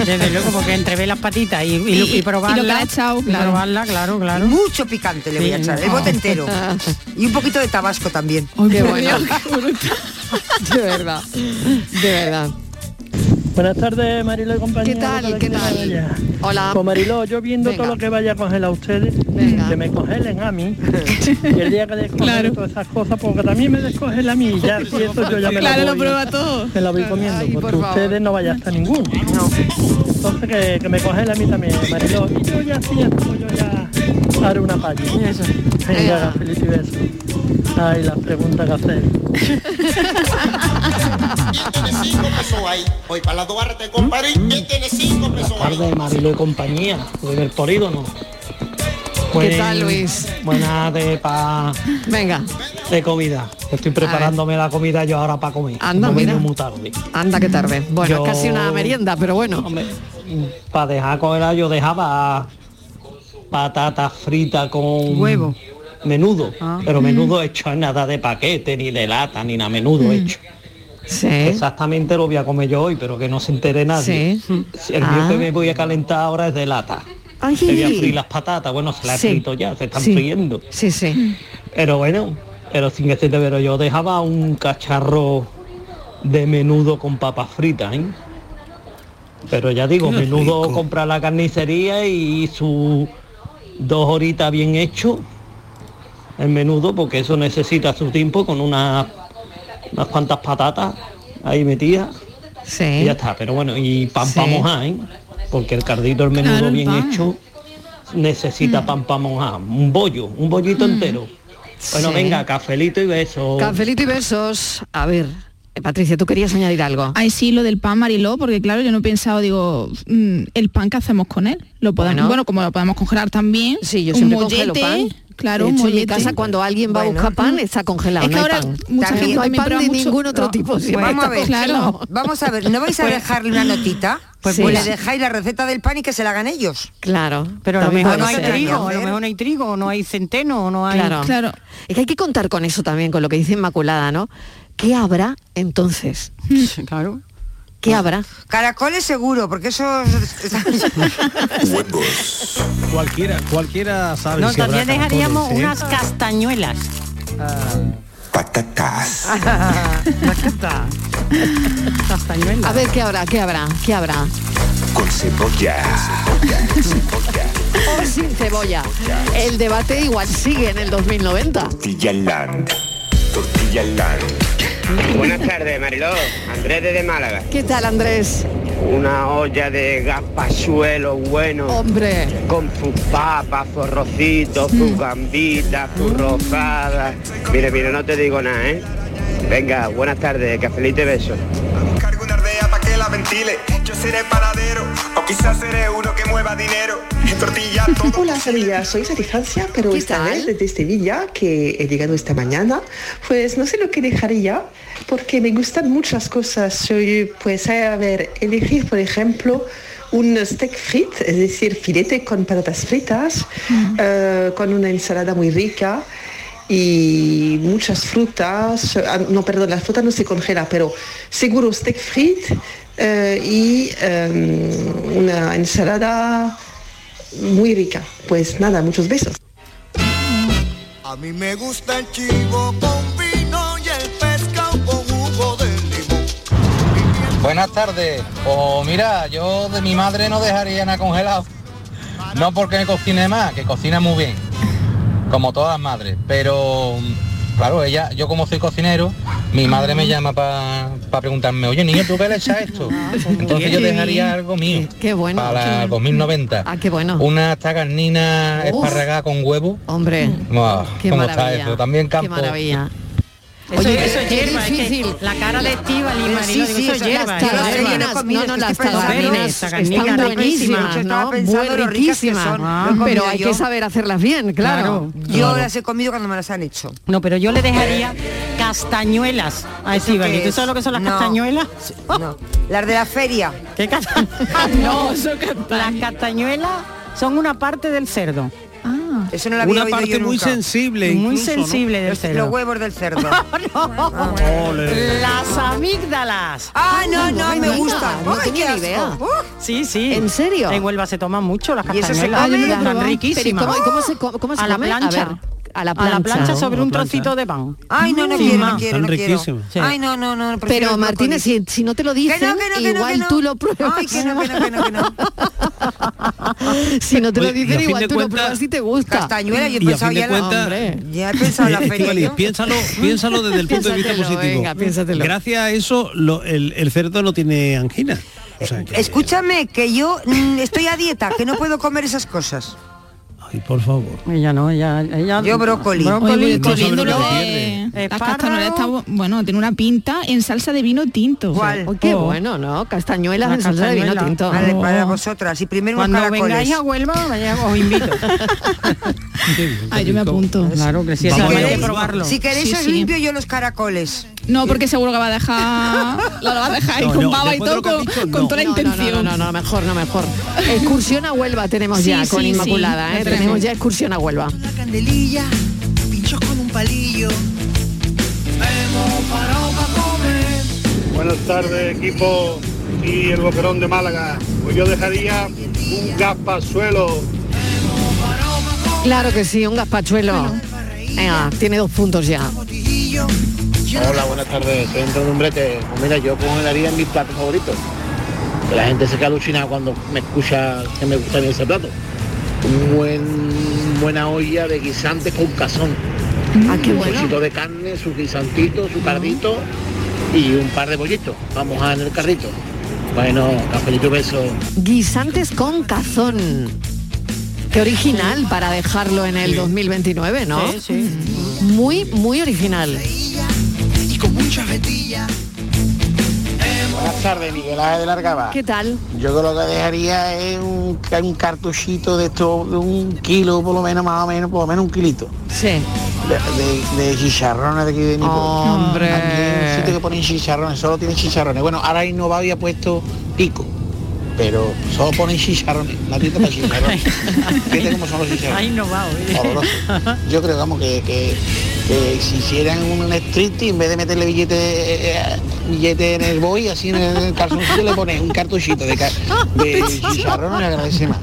[SPEAKER 9] Desde luego, porque entre ver las patitas y, y,
[SPEAKER 10] Y- y
[SPEAKER 9] y probarla,
[SPEAKER 10] lo que le ha echado,
[SPEAKER 9] y
[SPEAKER 10] claro.
[SPEAKER 9] probarla, claro, claro.
[SPEAKER 10] Mucho picante le voy a
[SPEAKER 9] Sí,
[SPEAKER 10] echar, el
[SPEAKER 9] no.
[SPEAKER 10] bote entero. Y un poquito de tabasco también.
[SPEAKER 7] Qué bueno. de verdad, de verdad.
[SPEAKER 18] Buenas tardes, Marilo y compañía.
[SPEAKER 7] ¿Qué tal?
[SPEAKER 18] Hola,
[SPEAKER 7] ¿Qué
[SPEAKER 18] que
[SPEAKER 7] tal?
[SPEAKER 18] vaya.
[SPEAKER 7] Hola.
[SPEAKER 18] Pues Marilo, yo viendo
[SPEAKER 7] Venga.
[SPEAKER 18] todo lo que vaya a congelar a ustedes, que me congelen a mí. y el día que descongelen todas esas cosas, porque también me descongela a mí, y ya si eso yo ya me Claro, lo lo voy, prueba todo. Me lo voy comiendo, porque por favor. ustedes no vayan hasta ninguno. Entonces que, que me congela a mí también, Marilo. Y yo ya sí, esto, yo ya haré una palla. Eso. Venga, feliz y beso. Ay, las preguntas que hacer.
[SPEAKER 5] Voy para la Duarte,
[SPEAKER 13] ¿Mm?
[SPEAKER 5] compadre, que tiene cinco pesos.
[SPEAKER 18] tardes, Marilo y compañía, Luis del Polígono. Buen-
[SPEAKER 7] tal, Luis?
[SPEAKER 18] Buenas de pa
[SPEAKER 7] Venga.
[SPEAKER 18] de comida. Estoy preparándome la comida yo ahora para comer.
[SPEAKER 7] Anda,
[SPEAKER 18] No me
[SPEAKER 7] mira.
[SPEAKER 18] dio muy tarde.
[SPEAKER 7] Anda, qué tarde. Bueno,
[SPEAKER 18] Yo-
[SPEAKER 7] es casi una merienda, pero bueno.
[SPEAKER 18] Para dejar comer yo dejaba patatas fritas con huevo. Menudo,
[SPEAKER 7] Ah. Mm.
[SPEAKER 18] pero menudo hecho en nada de paquete, ni de lata, ni nada menudo
[SPEAKER 7] Mm.
[SPEAKER 18] hecho. Exactamente lo voy a comer yo hoy, pero que no se entere nadie. Si El mío
[SPEAKER 7] Ah.
[SPEAKER 18] que me voy a calentar ahora es de lata.
[SPEAKER 7] Ay.
[SPEAKER 18] Se voy a freír las patatas, bueno, se las
[SPEAKER 7] Sí.
[SPEAKER 18] he frito ya, se están
[SPEAKER 7] Sí.
[SPEAKER 18] friendo.
[SPEAKER 7] Sí, sí.
[SPEAKER 18] Pero bueno, pero sin decirte, pero yo dejaba un cacharro de menudo con papas fritas, ¿eh? Pero ya digo,
[SPEAKER 35] Qué
[SPEAKER 18] menudo comprar la carnicería y su dos horitas bien hecho, el menudo, porque eso necesita su tiempo con unas, unas cuantas patatas ahí metidas. Y ya está, pero bueno, y pan
[SPEAKER 7] Sí.
[SPEAKER 18] para mojar, ¿eh? Porque el cardito, el menudo
[SPEAKER 7] Claro, el
[SPEAKER 18] bien
[SPEAKER 7] pan.
[SPEAKER 18] hecho,
[SPEAKER 7] Mm.
[SPEAKER 1] necesita pan para mojar, un bollo, un bollito entero. Bueno,
[SPEAKER 7] Sí.
[SPEAKER 1] venga, cafelito y beso.
[SPEAKER 7] Cafelito y besos. A ver, eh, Patricia, tú querías añadir algo.
[SPEAKER 2] Ay, sí, lo del pan Mariló, porque claro, yo no he pensado, digo, mm, el pan que hacemos con él. Lo podemos,
[SPEAKER 7] Bueno.
[SPEAKER 2] bueno, como lo podemos congelar también. Sí,
[SPEAKER 7] yo siempre congelo pan.
[SPEAKER 2] Claro,
[SPEAKER 7] De
[SPEAKER 2] un
[SPEAKER 7] hecho, en mi
[SPEAKER 2] mollete.
[SPEAKER 7] casa cuando alguien va a buscar pan está congelado.
[SPEAKER 2] Es que
[SPEAKER 7] no
[SPEAKER 2] ahora
[SPEAKER 7] hay pan.
[SPEAKER 2] mucha También- gente
[SPEAKER 7] no hay
[SPEAKER 2] también
[SPEAKER 7] pan de
[SPEAKER 2] prueba mucho-
[SPEAKER 7] ningún otro
[SPEAKER 2] no.
[SPEAKER 7] tipo. siempre
[SPEAKER 10] vamos a
[SPEAKER 7] está
[SPEAKER 10] ver,
[SPEAKER 7] congelado.
[SPEAKER 10] claro. Vamos a ver, ¿no vais a
[SPEAKER 7] Pues-
[SPEAKER 10] dejarle una notita?
[SPEAKER 7] Pues
[SPEAKER 10] Pues,
[SPEAKER 7] mira.
[SPEAKER 10] le dejáis la receta del pan y que se la hagan ellos.
[SPEAKER 7] Claro,
[SPEAKER 9] Pero a lo
[SPEAKER 7] también
[SPEAKER 9] mejor no hay
[SPEAKER 7] puede ser.
[SPEAKER 9] trigo, a lo mejor no hay trigo, no hay centeno, no hay...
[SPEAKER 7] Claro. Es que hay que contar con eso también, con lo que dice Inmaculada, ¿no? ¿Qué habrá entonces?
[SPEAKER 9] Claro.
[SPEAKER 7] ¿Qué habrá?
[SPEAKER 10] Caracoles seguro, porque eso...
[SPEAKER 8] Cualquiera, cualquiera sabe
[SPEAKER 9] No,
[SPEAKER 8] si habrá
[SPEAKER 9] también dejaríamos
[SPEAKER 8] caracoles, ¿eh?
[SPEAKER 9] unas castañuelas.
[SPEAKER 8] Ah.
[SPEAKER 13] Patatas.
[SPEAKER 7] A ver, ¿qué habrá? ¿Qué habrá? ¿Qué habrá?
[SPEAKER 13] Con cebolla.
[SPEAKER 7] O sin cebolla. El debate igual sigue en el 2090.
[SPEAKER 13] Tortilla Land. Tortilla Land.
[SPEAKER 25] Buenas tardes, Mariló. Andrés desde Málaga.
[SPEAKER 7] ¿Qué tal, Andrés?
[SPEAKER 25] Una olla de gaspachuelo bueno.
[SPEAKER 7] Hombre.
[SPEAKER 25] Con sus papas, sus rocitos, sus gambitas, sus rosadas. Mire, mire, no te digo nada, ¿eh? Venga, buenas tardes, cafelito y beso.
[SPEAKER 13] para que la ventile. Yo seré paradero, o quizás seré uno que mueva dinero. En tortilla
[SPEAKER 26] Hola Sevilla, soy Satisfancia, pero esta vez desde Sevilla, que he llegado esta mañana, pues no sé lo que dejaría, porque me gustan muchas cosas. Yo, eh, pues, a ver, elegir, por ejemplo, un steak frit, es decir, filete con patatas fritas, eh, con una ensalada muy rica y muchas frutas, ah, no, perdón, la fruta no se congela, pero seguro steak frit eh, y eh, una ensalada muy rica. Pues nada, muchos besos.
[SPEAKER 29] A mí me gusta el chivo con vino y el pescado con jugo de limón.
[SPEAKER 11] Buenas tardes. Pues mira, yo de mi madre no dejaría nada congelado. No porque me cocine más, que cocina muy bien, como todas las madres. Pero claro, ella, yo como soy cocinero, mi madre me llama para preguntarme, oye niño, ¿tú qué le echas a esto?
[SPEAKER 7] Ah.
[SPEAKER 11] Entonces yo
[SPEAKER 7] bien.
[SPEAKER 11] dejaría algo mío.
[SPEAKER 7] Qué bueno.
[SPEAKER 11] Para el 2090.
[SPEAKER 7] Ah, qué bueno.
[SPEAKER 11] Una tagarnina
[SPEAKER 7] Uf.
[SPEAKER 11] esparragada con huevo.
[SPEAKER 7] Hombre.
[SPEAKER 11] Buah,
[SPEAKER 7] Qué
[SPEAKER 11] ¿Cómo
[SPEAKER 7] maravilla.
[SPEAKER 11] está eso? También
[SPEAKER 7] Qué
[SPEAKER 11] campo.
[SPEAKER 7] maravilla.
[SPEAKER 9] Eso,
[SPEAKER 7] Oye,
[SPEAKER 9] eso
[SPEAKER 7] qué
[SPEAKER 9] es hierba, es que
[SPEAKER 7] difícil. Eh,
[SPEAKER 9] la cara de Estíbal y Marilo, digo, eso es hierba,
[SPEAKER 7] Las
[SPEAKER 9] es hierba.
[SPEAKER 7] tagarninas, no, no, las tagarninas están
[SPEAKER 9] tagarninas riquísimas,
[SPEAKER 7] buenísimas,
[SPEAKER 9] yo
[SPEAKER 7] ¿no?
[SPEAKER 9] estaba pensando
[SPEAKER 7] Buen-
[SPEAKER 9] lo ricas que
[SPEAKER 7] riquísimas.
[SPEAKER 9] son, lo he comido
[SPEAKER 7] Pero hay
[SPEAKER 9] yo.
[SPEAKER 7] que saber hacerlas bien, claro.
[SPEAKER 9] Ah, Claro.
[SPEAKER 10] Yo las he comido cuando me las han hecho.
[SPEAKER 9] No, pero yo le dejaría castañuelas a
[SPEAKER 10] ¿Eso
[SPEAKER 9] Estíbal.
[SPEAKER 10] qué
[SPEAKER 9] ¿Tú
[SPEAKER 10] es?
[SPEAKER 9] sabes lo que son las
[SPEAKER 10] No.
[SPEAKER 9] castañuelas?
[SPEAKER 10] Las de la feria.
[SPEAKER 9] ¿Qué castañuelas? no, las castañuelas son una parte del cerdo.
[SPEAKER 10] Eso no
[SPEAKER 9] lo había Una oído parte yo muy nunca. sensible Muy incluso, ¿no? sensible del
[SPEAKER 10] los,
[SPEAKER 9] cerdo.
[SPEAKER 10] Los huevos del cerdo.
[SPEAKER 7] Oh,
[SPEAKER 9] Las amígdalas.
[SPEAKER 10] Ah, no, no, me gustan.
[SPEAKER 9] No
[SPEAKER 10] Ay,
[SPEAKER 9] tenía
[SPEAKER 10] qué
[SPEAKER 9] ni idea.
[SPEAKER 10] asco.
[SPEAKER 9] Sí, sí.
[SPEAKER 7] ¿En serio?
[SPEAKER 9] En Huelva se toman mucho las
[SPEAKER 7] ¿Y eso se come?
[SPEAKER 9] castañuelas.
[SPEAKER 7] Ah, yo no lo he
[SPEAKER 9] Están
[SPEAKER 7] probado.
[SPEAKER 9] riquísimas.
[SPEAKER 7] Pero ¿y cómo- cómo se co- cómo se
[SPEAKER 9] a la
[SPEAKER 7] come? A
[SPEAKER 9] plancha.
[SPEAKER 7] ver, a la plancha.
[SPEAKER 9] sobre
[SPEAKER 7] A la
[SPEAKER 9] un
[SPEAKER 7] plancha.
[SPEAKER 9] trocito de pan.
[SPEAKER 10] Ay, no, no
[SPEAKER 9] Sin
[SPEAKER 10] quiero,
[SPEAKER 9] más.
[SPEAKER 10] no quiero, no quiero. Ay, no, no, no. prefiero
[SPEAKER 7] Pero
[SPEAKER 10] el brócoli.
[SPEAKER 7] Martínez, si, si no te lo dicen,
[SPEAKER 10] no, que no, que no, que
[SPEAKER 7] igual
[SPEAKER 10] no.
[SPEAKER 7] tú lo pruebas.
[SPEAKER 10] Ay, que no, que no, que no, que no.
[SPEAKER 7] si no te lo
[SPEAKER 8] Oye, y a
[SPEAKER 7] dicen,
[SPEAKER 8] fin
[SPEAKER 7] igual
[SPEAKER 8] de
[SPEAKER 7] tú lo
[SPEAKER 8] cuentas-
[SPEAKER 7] pruebas y te gusta.
[SPEAKER 10] Castañuela, yo he
[SPEAKER 8] Y a
[SPEAKER 10] pensado
[SPEAKER 8] fin de
[SPEAKER 10] ya en la-
[SPEAKER 8] cuentas-
[SPEAKER 10] Hombre. Ya he pensado en la
[SPEAKER 8] Eh,
[SPEAKER 10] feria.
[SPEAKER 8] Estivali,
[SPEAKER 10] yo.
[SPEAKER 8] piénsalo, piénsalo desde el punto de vista
[SPEAKER 7] Piénsatelo,
[SPEAKER 8] positivo.
[SPEAKER 7] venga, piénsatelo.
[SPEAKER 8] Gracias a eso lo- el, el cerdo no tiene angina. O
[SPEAKER 10] Eh,
[SPEAKER 8] sea, que-
[SPEAKER 10] Escúchame, que yo mm, estoy a dieta, que no puedo comer esas cosas.
[SPEAKER 8] ay, por favor.
[SPEAKER 9] Ella no, ella, ella
[SPEAKER 10] Yo
[SPEAKER 9] Brócoli,
[SPEAKER 10] brócoli.
[SPEAKER 8] No sabe lo
[SPEAKER 9] colíndolo,
[SPEAKER 8] que
[SPEAKER 9] eh,
[SPEAKER 8] pierde.
[SPEAKER 2] Las
[SPEAKER 9] espárrago.
[SPEAKER 2] castañuelas está bu- bueno, tiene una pinta en salsa de vino tinto.
[SPEAKER 7] Oh, qué bueno, ¿no? Castañuelas en salsa de vino tinto.
[SPEAKER 10] Vale, para vosotras. Y primero unos
[SPEAKER 9] Oh. Ah. Cuando
[SPEAKER 10] caracoles.
[SPEAKER 9] vengáis a Huelva, vaya, os invito.
[SPEAKER 2] Ay, yo me apunto.
[SPEAKER 9] Claro que sí,
[SPEAKER 2] Si
[SPEAKER 9] esa manera de
[SPEAKER 2] queréis-
[SPEAKER 9] probarlo.
[SPEAKER 10] Si queréis
[SPEAKER 2] Sí,
[SPEAKER 10] os
[SPEAKER 2] sí.
[SPEAKER 10] limpio yo los caracoles.
[SPEAKER 2] No, porque seguro que va a dejar, la va a dejar ahí
[SPEAKER 7] No,
[SPEAKER 2] con
[SPEAKER 7] no,
[SPEAKER 2] baba y
[SPEAKER 7] después
[SPEAKER 2] todo,
[SPEAKER 7] de lo que has
[SPEAKER 2] con,
[SPEAKER 7] dicho,
[SPEAKER 2] con
[SPEAKER 7] no.
[SPEAKER 2] toda la
[SPEAKER 7] No, no, no,
[SPEAKER 2] intención.
[SPEAKER 7] no, no, no, mejor, no, mejor. Excursión a Huelva tenemos ya
[SPEAKER 2] Sí,
[SPEAKER 7] con
[SPEAKER 2] sí,
[SPEAKER 7] Inmaculada,
[SPEAKER 2] sí,
[SPEAKER 7] ¿eh?
[SPEAKER 2] la tenemos.
[SPEAKER 7] Tenemos ya excursión a Huelva.
[SPEAKER 29] candelilla, pinchos con un palillo. Hemos parado pa' comer.
[SPEAKER 16] Buenas tardes, equipo y el boquerón de Málaga. Pues yo dejaría un gaspazuelo.
[SPEAKER 7] Claro que sí, un gazpachuelo. Venga, tiene dos puntos ya.
[SPEAKER 16] Hola, buenas tardes. Soy Antonio Dumbrete. Pues mira, yo congelaría mis platos favoritos. Que la gente se queda alucinada cuando me escucha que me gusta a mí ese plato. Un buen, buena olla de guisantes con cazón.
[SPEAKER 7] Ah, qué
[SPEAKER 16] un
[SPEAKER 7] bueno.
[SPEAKER 16] trocito de carne, su guisantito, su cardito y un par de bollitos. Vamos a en el carrito. Bueno, cafelito y beso.
[SPEAKER 7] Guisantes con cazón. Qué original para dejarlo en el 2029, ¿no?
[SPEAKER 9] Sí,
[SPEAKER 7] Muy, muy original.
[SPEAKER 29] Y con mucha vetilla.
[SPEAKER 16] Buenas tardes, Miguel Ángel de Largaba.
[SPEAKER 7] ¿Qué tal?
[SPEAKER 16] Yo creo que dejaría es un, ca- un cartuchito de esto, de un kilo, por lo menos, más o menos, por lo menos un kilito.
[SPEAKER 7] Sí.
[SPEAKER 16] De, de- de chicharrones de aquí de Nico.
[SPEAKER 7] Hombre.
[SPEAKER 16] Aquí hay un sitio que ponen chicharrones, solo tienen chicharrones. Bueno, ahora hay innovado y ha puesto pico. Pero solo ponen chicharrones, la tienda para chicharrones. Fíjate cómo son los chicharrones.
[SPEAKER 9] innovado.
[SPEAKER 16] Horroroso. Yo creo, vamos, que, que- que si hicieran un street en vez de meterle billete, eh, eh, billete en el boy, así en el calzoncillo le pones un cartuchito de, ca- de chicharrón, le agradece más.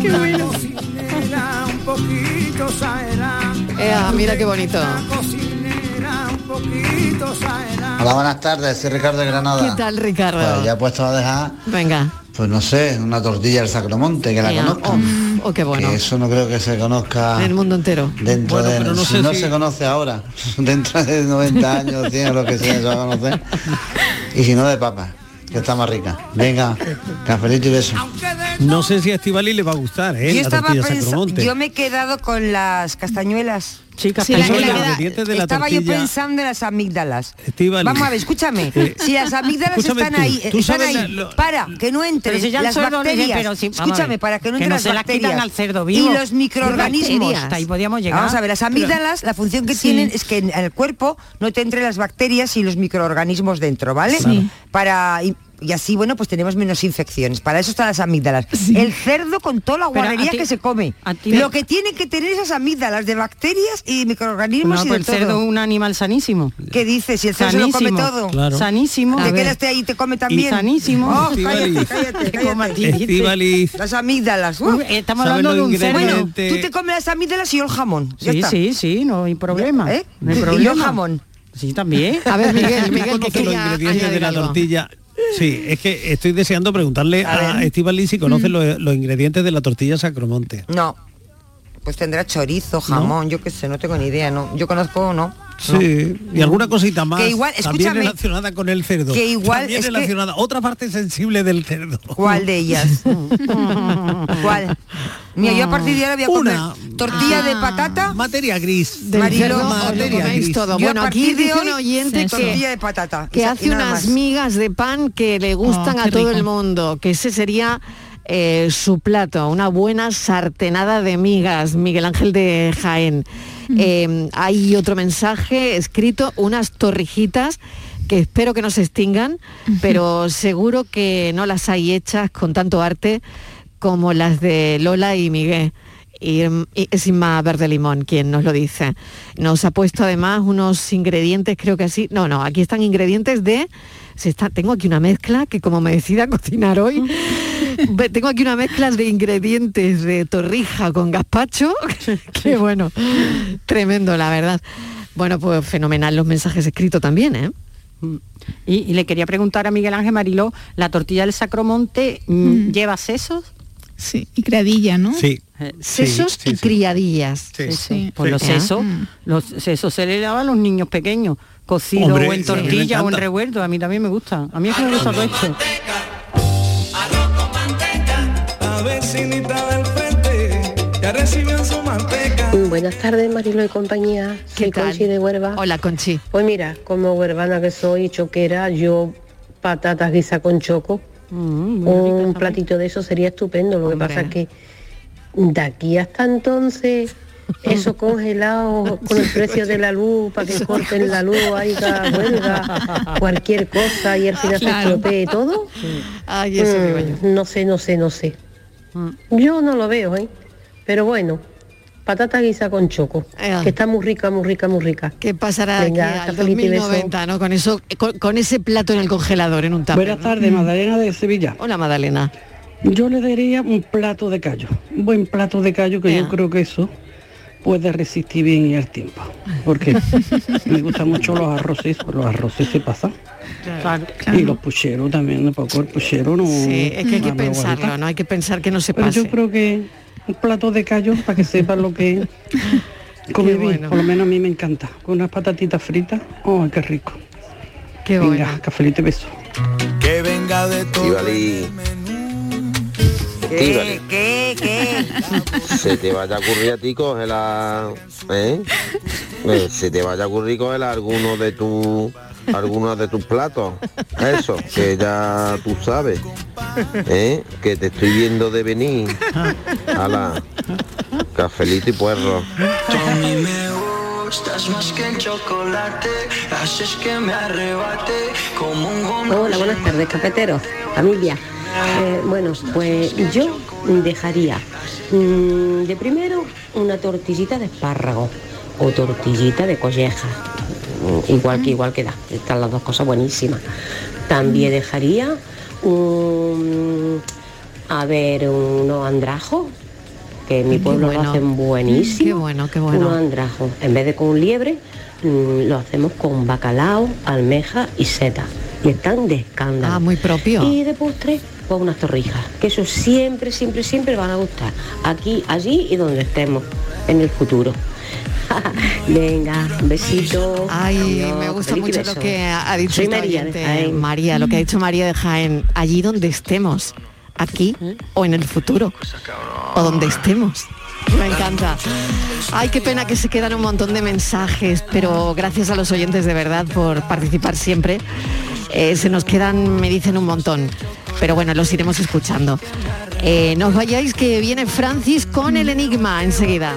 [SPEAKER 29] Qué bueno. Un poquito saera.
[SPEAKER 7] Ea, Eh, mira qué bonito.
[SPEAKER 29] Cocinera, un poquito saera.
[SPEAKER 20] Hola, buenas tardes, soy Ricardo de Granada.
[SPEAKER 7] ¿Qué tal, Ricardo?
[SPEAKER 20] Pues ya he puesto a dejar,
[SPEAKER 7] Venga.
[SPEAKER 20] pues no sé, una tortilla del Sacromonte, que la
[SPEAKER 7] Ea,
[SPEAKER 20] conozco.
[SPEAKER 7] Oh, qué bueno.
[SPEAKER 20] eso no creo que se conozca
[SPEAKER 7] En el mundo entero.
[SPEAKER 20] dentro
[SPEAKER 7] Bueno,
[SPEAKER 20] de...
[SPEAKER 7] pero no
[SPEAKER 20] no
[SPEAKER 7] sé
[SPEAKER 20] no
[SPEAKER 7] si-
[SPEAKER 20] se conoce ahora, dentro de 90 años, 100 o lo que sea, se va a conocer. Y si no, de papa, que está más rica. Venga, cafelito y beso.
[SPEAKER 8] No sé si a Estivali le va a gustar, ¿eh?
[SPEAKER 10] Yo
[SPEAKER 8] la
[SPEAKER 10] estaba
[SPEAKER 8] tortilla
[SPEAKER 10] pensa-
[SPEAKER 8] Sacromonte.
[SPEAKER 10] yo me he quedado con las castañuelas.
[SPEAKER 8] Sí, la que castañuelas. le da- Los dientes de la
[SPEAKER 10] estaba yo
[SPEAKER 8] tortilla.
[SPEAKER 10] pensando en las amígdalas.
[SPEAKER 8] Estíbaliz.
[SPEAKER 10] Vamos a ver, escúchame.
[SPEAKER 8] Eh,
[SPEAKER 10] Si las amígdalas
[SPEAKER 8] escúchame
[SPEAKER 10] están
[SPEAKER 8] tú,
[SPEAKER 10] ahí,
[SPEAKER 8] tú
[SPEAKER 10] están
[SPEAKER 8] sabes
[SPEAKER 10] ahí.
[SPEAKER 8] la- lo-
[SPEAKER 10] para, que no entren
[SPEAKER 9] Pero si ya el
[SPEAKER 10] las
[SPEAKER 9] cerdo le-
[SPEAKER 10] bacterias.
[SPEAKER 9] pero si- vamos a
[SPEAKER 10] escúchame,
[SPEAKER 9] ver,
[SPEAKER 10] para que no
[SPEAKER 9] que
[SPEAKER 10] entren
[SPEAKER 9] no
[SPEAKER 10] las
[SPEAKER 9] se las
[SPEAKER 10] bacterias.
[SPEAKER 9] quitan al cerdo vivo.
[SPEAKER 10] Y los microorganismos.
[SPEAKER 9] Bacterias. Hasta ahí podíamos llegar.
[SPEAKER 10] Vamos a ver, las amígdalas, la función que
[SPEAKER 9] Sí.
[SPEAKER 10] tienen es que en el cuerpo no te entren las bacterias y los microorganismos dentro, ¿vale?
[SPEAKER 9] Sí.
[SPEAKER 10] Para... Y, y así, bueno, pues tenemos menos infecciones. Para eso están las amígdalas. El cerdo con toda la
[SPEAKER 9] Pero a
[SPEAKER 10] guarrería
[SPEAKER 9] ti-
[SPEAKER 10] que se come.
[SPEAKER 9] ti-
[SPEAKER 10] Lo que tienen que tener esas amígdalas de bacterias y microorganismos
[SPEAKER 9] No,
[SPEAKER 10] y
[SPEAKER 9] pero
[SPEAKER 10] de
[SPEAKER 9] el cerdo
[SPEAKER 10] todo.
[SPEAKER 9] es un animal sanísimo.
[SPEAKER 10] ¿Qué dices? Si el cerdo se lo come todo.
[SPEAKER 9] Sanísimo.
[SPEAKER 10] Te quedaste ahí y te come también.
[SPEAKER 9] Sanísimo.
[SPEAKER 10] Oh, cállate, cállate, cállate.
[SPEAKER 8] Estíbaliz.
[SPEAKER 10] Las amígdalas. uh.
[SPEAKER 9] Uy, estamos ¿Sabes hablando de los un cerdo.
[SPEAKER 10] Bueno,
[SPEAKER 9] ingredientes?
[SPEAKER 10] tú te comes las amígdalas y yo el jamón. Ya
[SPEAKER 9] Sí,
[SPEAKER 10] está.
[SPEAKER 9] sí, sí, no hay problema.
[SPEAKER 10] ¿Eh?
[SPEAKER 9] No hay
[SPEAKER 10] Y yo
[SPEAKER 9] problema.
[SPEAKER 10] jamón.
[SPEAKER 9] Sí,
[SPEAKER 10] ¿Eh?
[SPEAKER 9] también.
[SPEAKER 8] A ver, Miguel,
[SPEAKER 7] Miguel,
[SPEAKER 8] que los ingredientes de la tortilla. Sí, es que estoy deseando preguntarle a Estivali si
[SPEAKER 10] Mm.
[SPEAKER 8] conoce los, los ingredientes de la tortilla Sacromonte.
[SPEAKER 10] No. Pues tendrá chorizo, jamón, yo qué sé, no tengo ni idea, no. Yo conozco, no.
[SPEAKER 8] Sí, y alguna cosita más.
[SPEAKER 10] Que igual,
[SPEAKER 8] también
[SPEAKER 10] escúchame,
[SPEAKER 8] relacionada con el cerdo.
[SPEAKER 10] que igual
[SPEAKER 8] También
[SPEAKER 10] es que-
[SPEAKER 8] relacionada. Otra parte sensible del cerdo.
[SPEAKER 10] ¿Cuál de ellas? ¿Cuál? Mira, yo a partir de ahora voy a comer
[SPEAKER 8] Ah. Una.
[SPEAKER 10] tortilla de patata.
[SPEAKER 8] Materia gris.
[SPEAKER 7] Del
[SPEAKER 10] Marilo,
[SPEAKER 7] cerdo,
[SPEAKER 10] materia
[SPEAKER 7] lo coméis
[SPEAKER 10] gris.
[SPEAKER 7] todo.
[SPEAKER 10] Yo a
[SPEAKER 7] bueno, aquí
[SPEAKER 10] partir de
[SPEAKER 7] dice
[SPEAKER 10] hoy,
[SPEAKER 7] un oyente
[SPEAKER 10] sí,
[SPEAKER 7] que,
[SPEAKER 10] tortilla de patata.
[SPEAKER 7] que
[SPEAKER 10] Esa- y
[SPEAKER 7] hace
[SPEAKER 10] nada
[SPEAKER 7] unas
[SPEAKER 10] más.
[SPEAKER 7] migas de pan que le gustan
[SPEAKER 10] Oh,
[SPEAKER 7] a
[SPEAKER 10] qué
[SPEAKER 7] todo
[SPEAKER 10] rico.
[SPEAKER 7] el mundo, que ese sería eh, su plato, una buena sartenada de migas, Miguel Ángel de Jaén.
[SPEAKER 10] Mm.
[SPEAKER 7] Eh, hay otro mensaje escrito, unas torrijitas que espero que no se extingan, pero seguro que no las hay hechas con tanto arte como las de Lola y Miguel. Y, mm, y es Inma Verde Limón quien nos lo dice. Nos ha puesto además unos ingredientes, creo que así. No, no, aquí están ingredientes de. Se está, tengo aquí una mezcla que como me decida cocinar hoy, ve- tengo aquí una mezcla de ingredientes de torrija con gazpacho. Qué bueno. Tremendo, la verdad. Bueno, pues fenomenal los mensajes escritos también, ¿eh?
[SPEAKER 9] Y, y le quería preguntar a Miguel Ángel Mariló, ¿la tortilla del Sacromonte mm, lleva sesos? Eh,
[SPEAKER 2] Sí, y criadilla, ¿no?
[SPEAKER 8] Sí.
[SPEAKER 7] Sesos y criadillas.
[SPEAKER 8] Sí,
[SPEAKER 2] sí. Mm.
[SPEAKER 9] Pues los
[SPEAKER 7] Sí. Ah.
[SPEAKER 9] sesos, los sesos se le daban a los niños pequeños, cocidos
[SPEAKER 7] Hombre,
[SPEAKER 9] o en
[SPEAKER 7] sí, a mí me
[SPEAKER 9] tortilla o en
[SPEAKER 7] encanta.
[SPEAKER 9] revuelto. A mí también me gusta. A mí es que me gusta todo esto.
[SPEAKER 29] La vecinita del frente ya recibió su manteca.
[SPEAKER 3] Buenas tardes, Marilo y compañía. Soy Conchi de Huerva.
[SPEAKER 7] Hola, Conchi.
[SPEAKER 3] Pues mira, como huervana que soy, choquera, yo patatas guisa con choco.
[SPEAKER 7] Mm,
[SPEAKER 3] Un platito de eso sería estupendo. Lo que pasa es que de aquí hasta entonces, eso congelado con el precio de la luz, para que corten la luz, haya huelga, cualquier cosa y al final
[SPEAKER 7] Claro.
[SPEAKER 3] se estropee todo.
[SPEAKER 7] Ay, eso digo Mm.
[SPEAKER 3] Mm, No sé, no sé, no sé. Yo no lo veo, ¿eh? Pero bueno, patata guisa con choco, que está muy rica, muy rica, muy rica.
[SPEAKER 7] ¿Qué pasará
[SPEAKER 3] Venga,
[SPEAKER 7] aquí al
[SPEAKER 3] cafelito y beso.
[SPEAKER 7] 2090, ¿no? Con eso, eh, con, con ese plato en el congelador, en un tupper.
[SPEAKER 6] Buenas tardes, Magdalena de Sevilla.
[SPEAKER 7] Hola, Magdalena.
[SPEAKER 6] Yo le daría un plato de callo, un buen plato de callo que
[SPEAKER 10] Ah.
[SPEAKER 6] yo creo que eso puede resistir bien el tiempo. Porque me gustan mucho los arroces, los arroces se pasan. Y los pucheros también, un poco el puchero no...
[SPEAKER 7] Sí, es que hay que
[SPEAKER 6] no me aguanta.
[SPEAKER 7] pensarlo, ¿no? Hay que pensar que no se
[SPEAKER 6] Pero
[SPEAKER 7] pase.
[SPEAKER 6] yo creo que un plato de callo para que sepan lo que es comer bien, por lo menos a mí me encanta. Con unas patatitas fritas, ¡oh, qué rico!
[SPEAKER 7] ¡Qué
[SPEAKER 6] bueno! Venga, cafelito y beso.
[SPEAKER 29] Que venga de todo.
[SPEAKER 36] Estivali,
[SPEAKER 20] Estíbaliz,
[SPEAKER 10] ¿Qué? ¿Qué?
[SPEAKER 20] se te vaya a ocurrir a ti cógela, ¿eh? Eh, Se te vaya a ocurrir cógela alguno de tu algunos de tus platos, eso, que ya tú sabes, ¿eh? que te estoy viendo de venir a la cafelito y puerro.
[SPEAKER 29] Tú a mí me gustas más que el chocolate, haces que me arrebate como un
[SPEAKER 3] Hola, buenas tardes, cafeteros, familia. Eh, bueno, pues yo dejaría mm, de primero una tortillita de espárrago o tortillita de colleja, mm, igual que igual que da, están las dos cosas buenísimas. También dejaría un, a ver, unos andrajos, que en mi
[SPEAKER 7] Qué
[SPEAKER 3] pueblo lo
[SPEAKER 7] bueno.
[SPEAKER 3] hacen buenísimo.
[SPEAKER 7] Qué bueno, qué bueno.
[SPEAKER 3] Unos andrajos, en vez de con liebre, mm, lo hacemos con bacalao, almeja y seta. Y están de escándalo. Ah, muy propio. Y de postre, pues unas torrijas, que eso siempre, siempre, siempre van a gustar. Aquí, allí y donde estemos en el futuro. Venga, un besito.
[SPEAKER 7] Ay,
[SPEAKER 3] Adiós,
[SPEAKER 7] me gusta
[SPEAKER 3] feliz
[SPEAKER 7] mucho
[SPEAKER 3] beso.
[SPEAKER 7] lo que ha ha dicho
[SPEAKER 3] Soy
[SPEAKER 7] esta
[SPEAKER 3] María de
[SPEAKER 7] oyente,
[SPEAKER 3] Jaén.
[SPEAKER 7] María, lo que ha dicho María de Jaén, allí donde estemos, aquí o en el futuro, o donde estemos. Me encanta. Ay, qué pena que se quedan un montón de mensajes, pero gracias a los oyentes de verdad por participar siempre. Eh, se nos quedan, me dicen un montón, pero bueno, los iremos escuchando. Eh, no os vayáis que viene Francis con el enigma enseguida.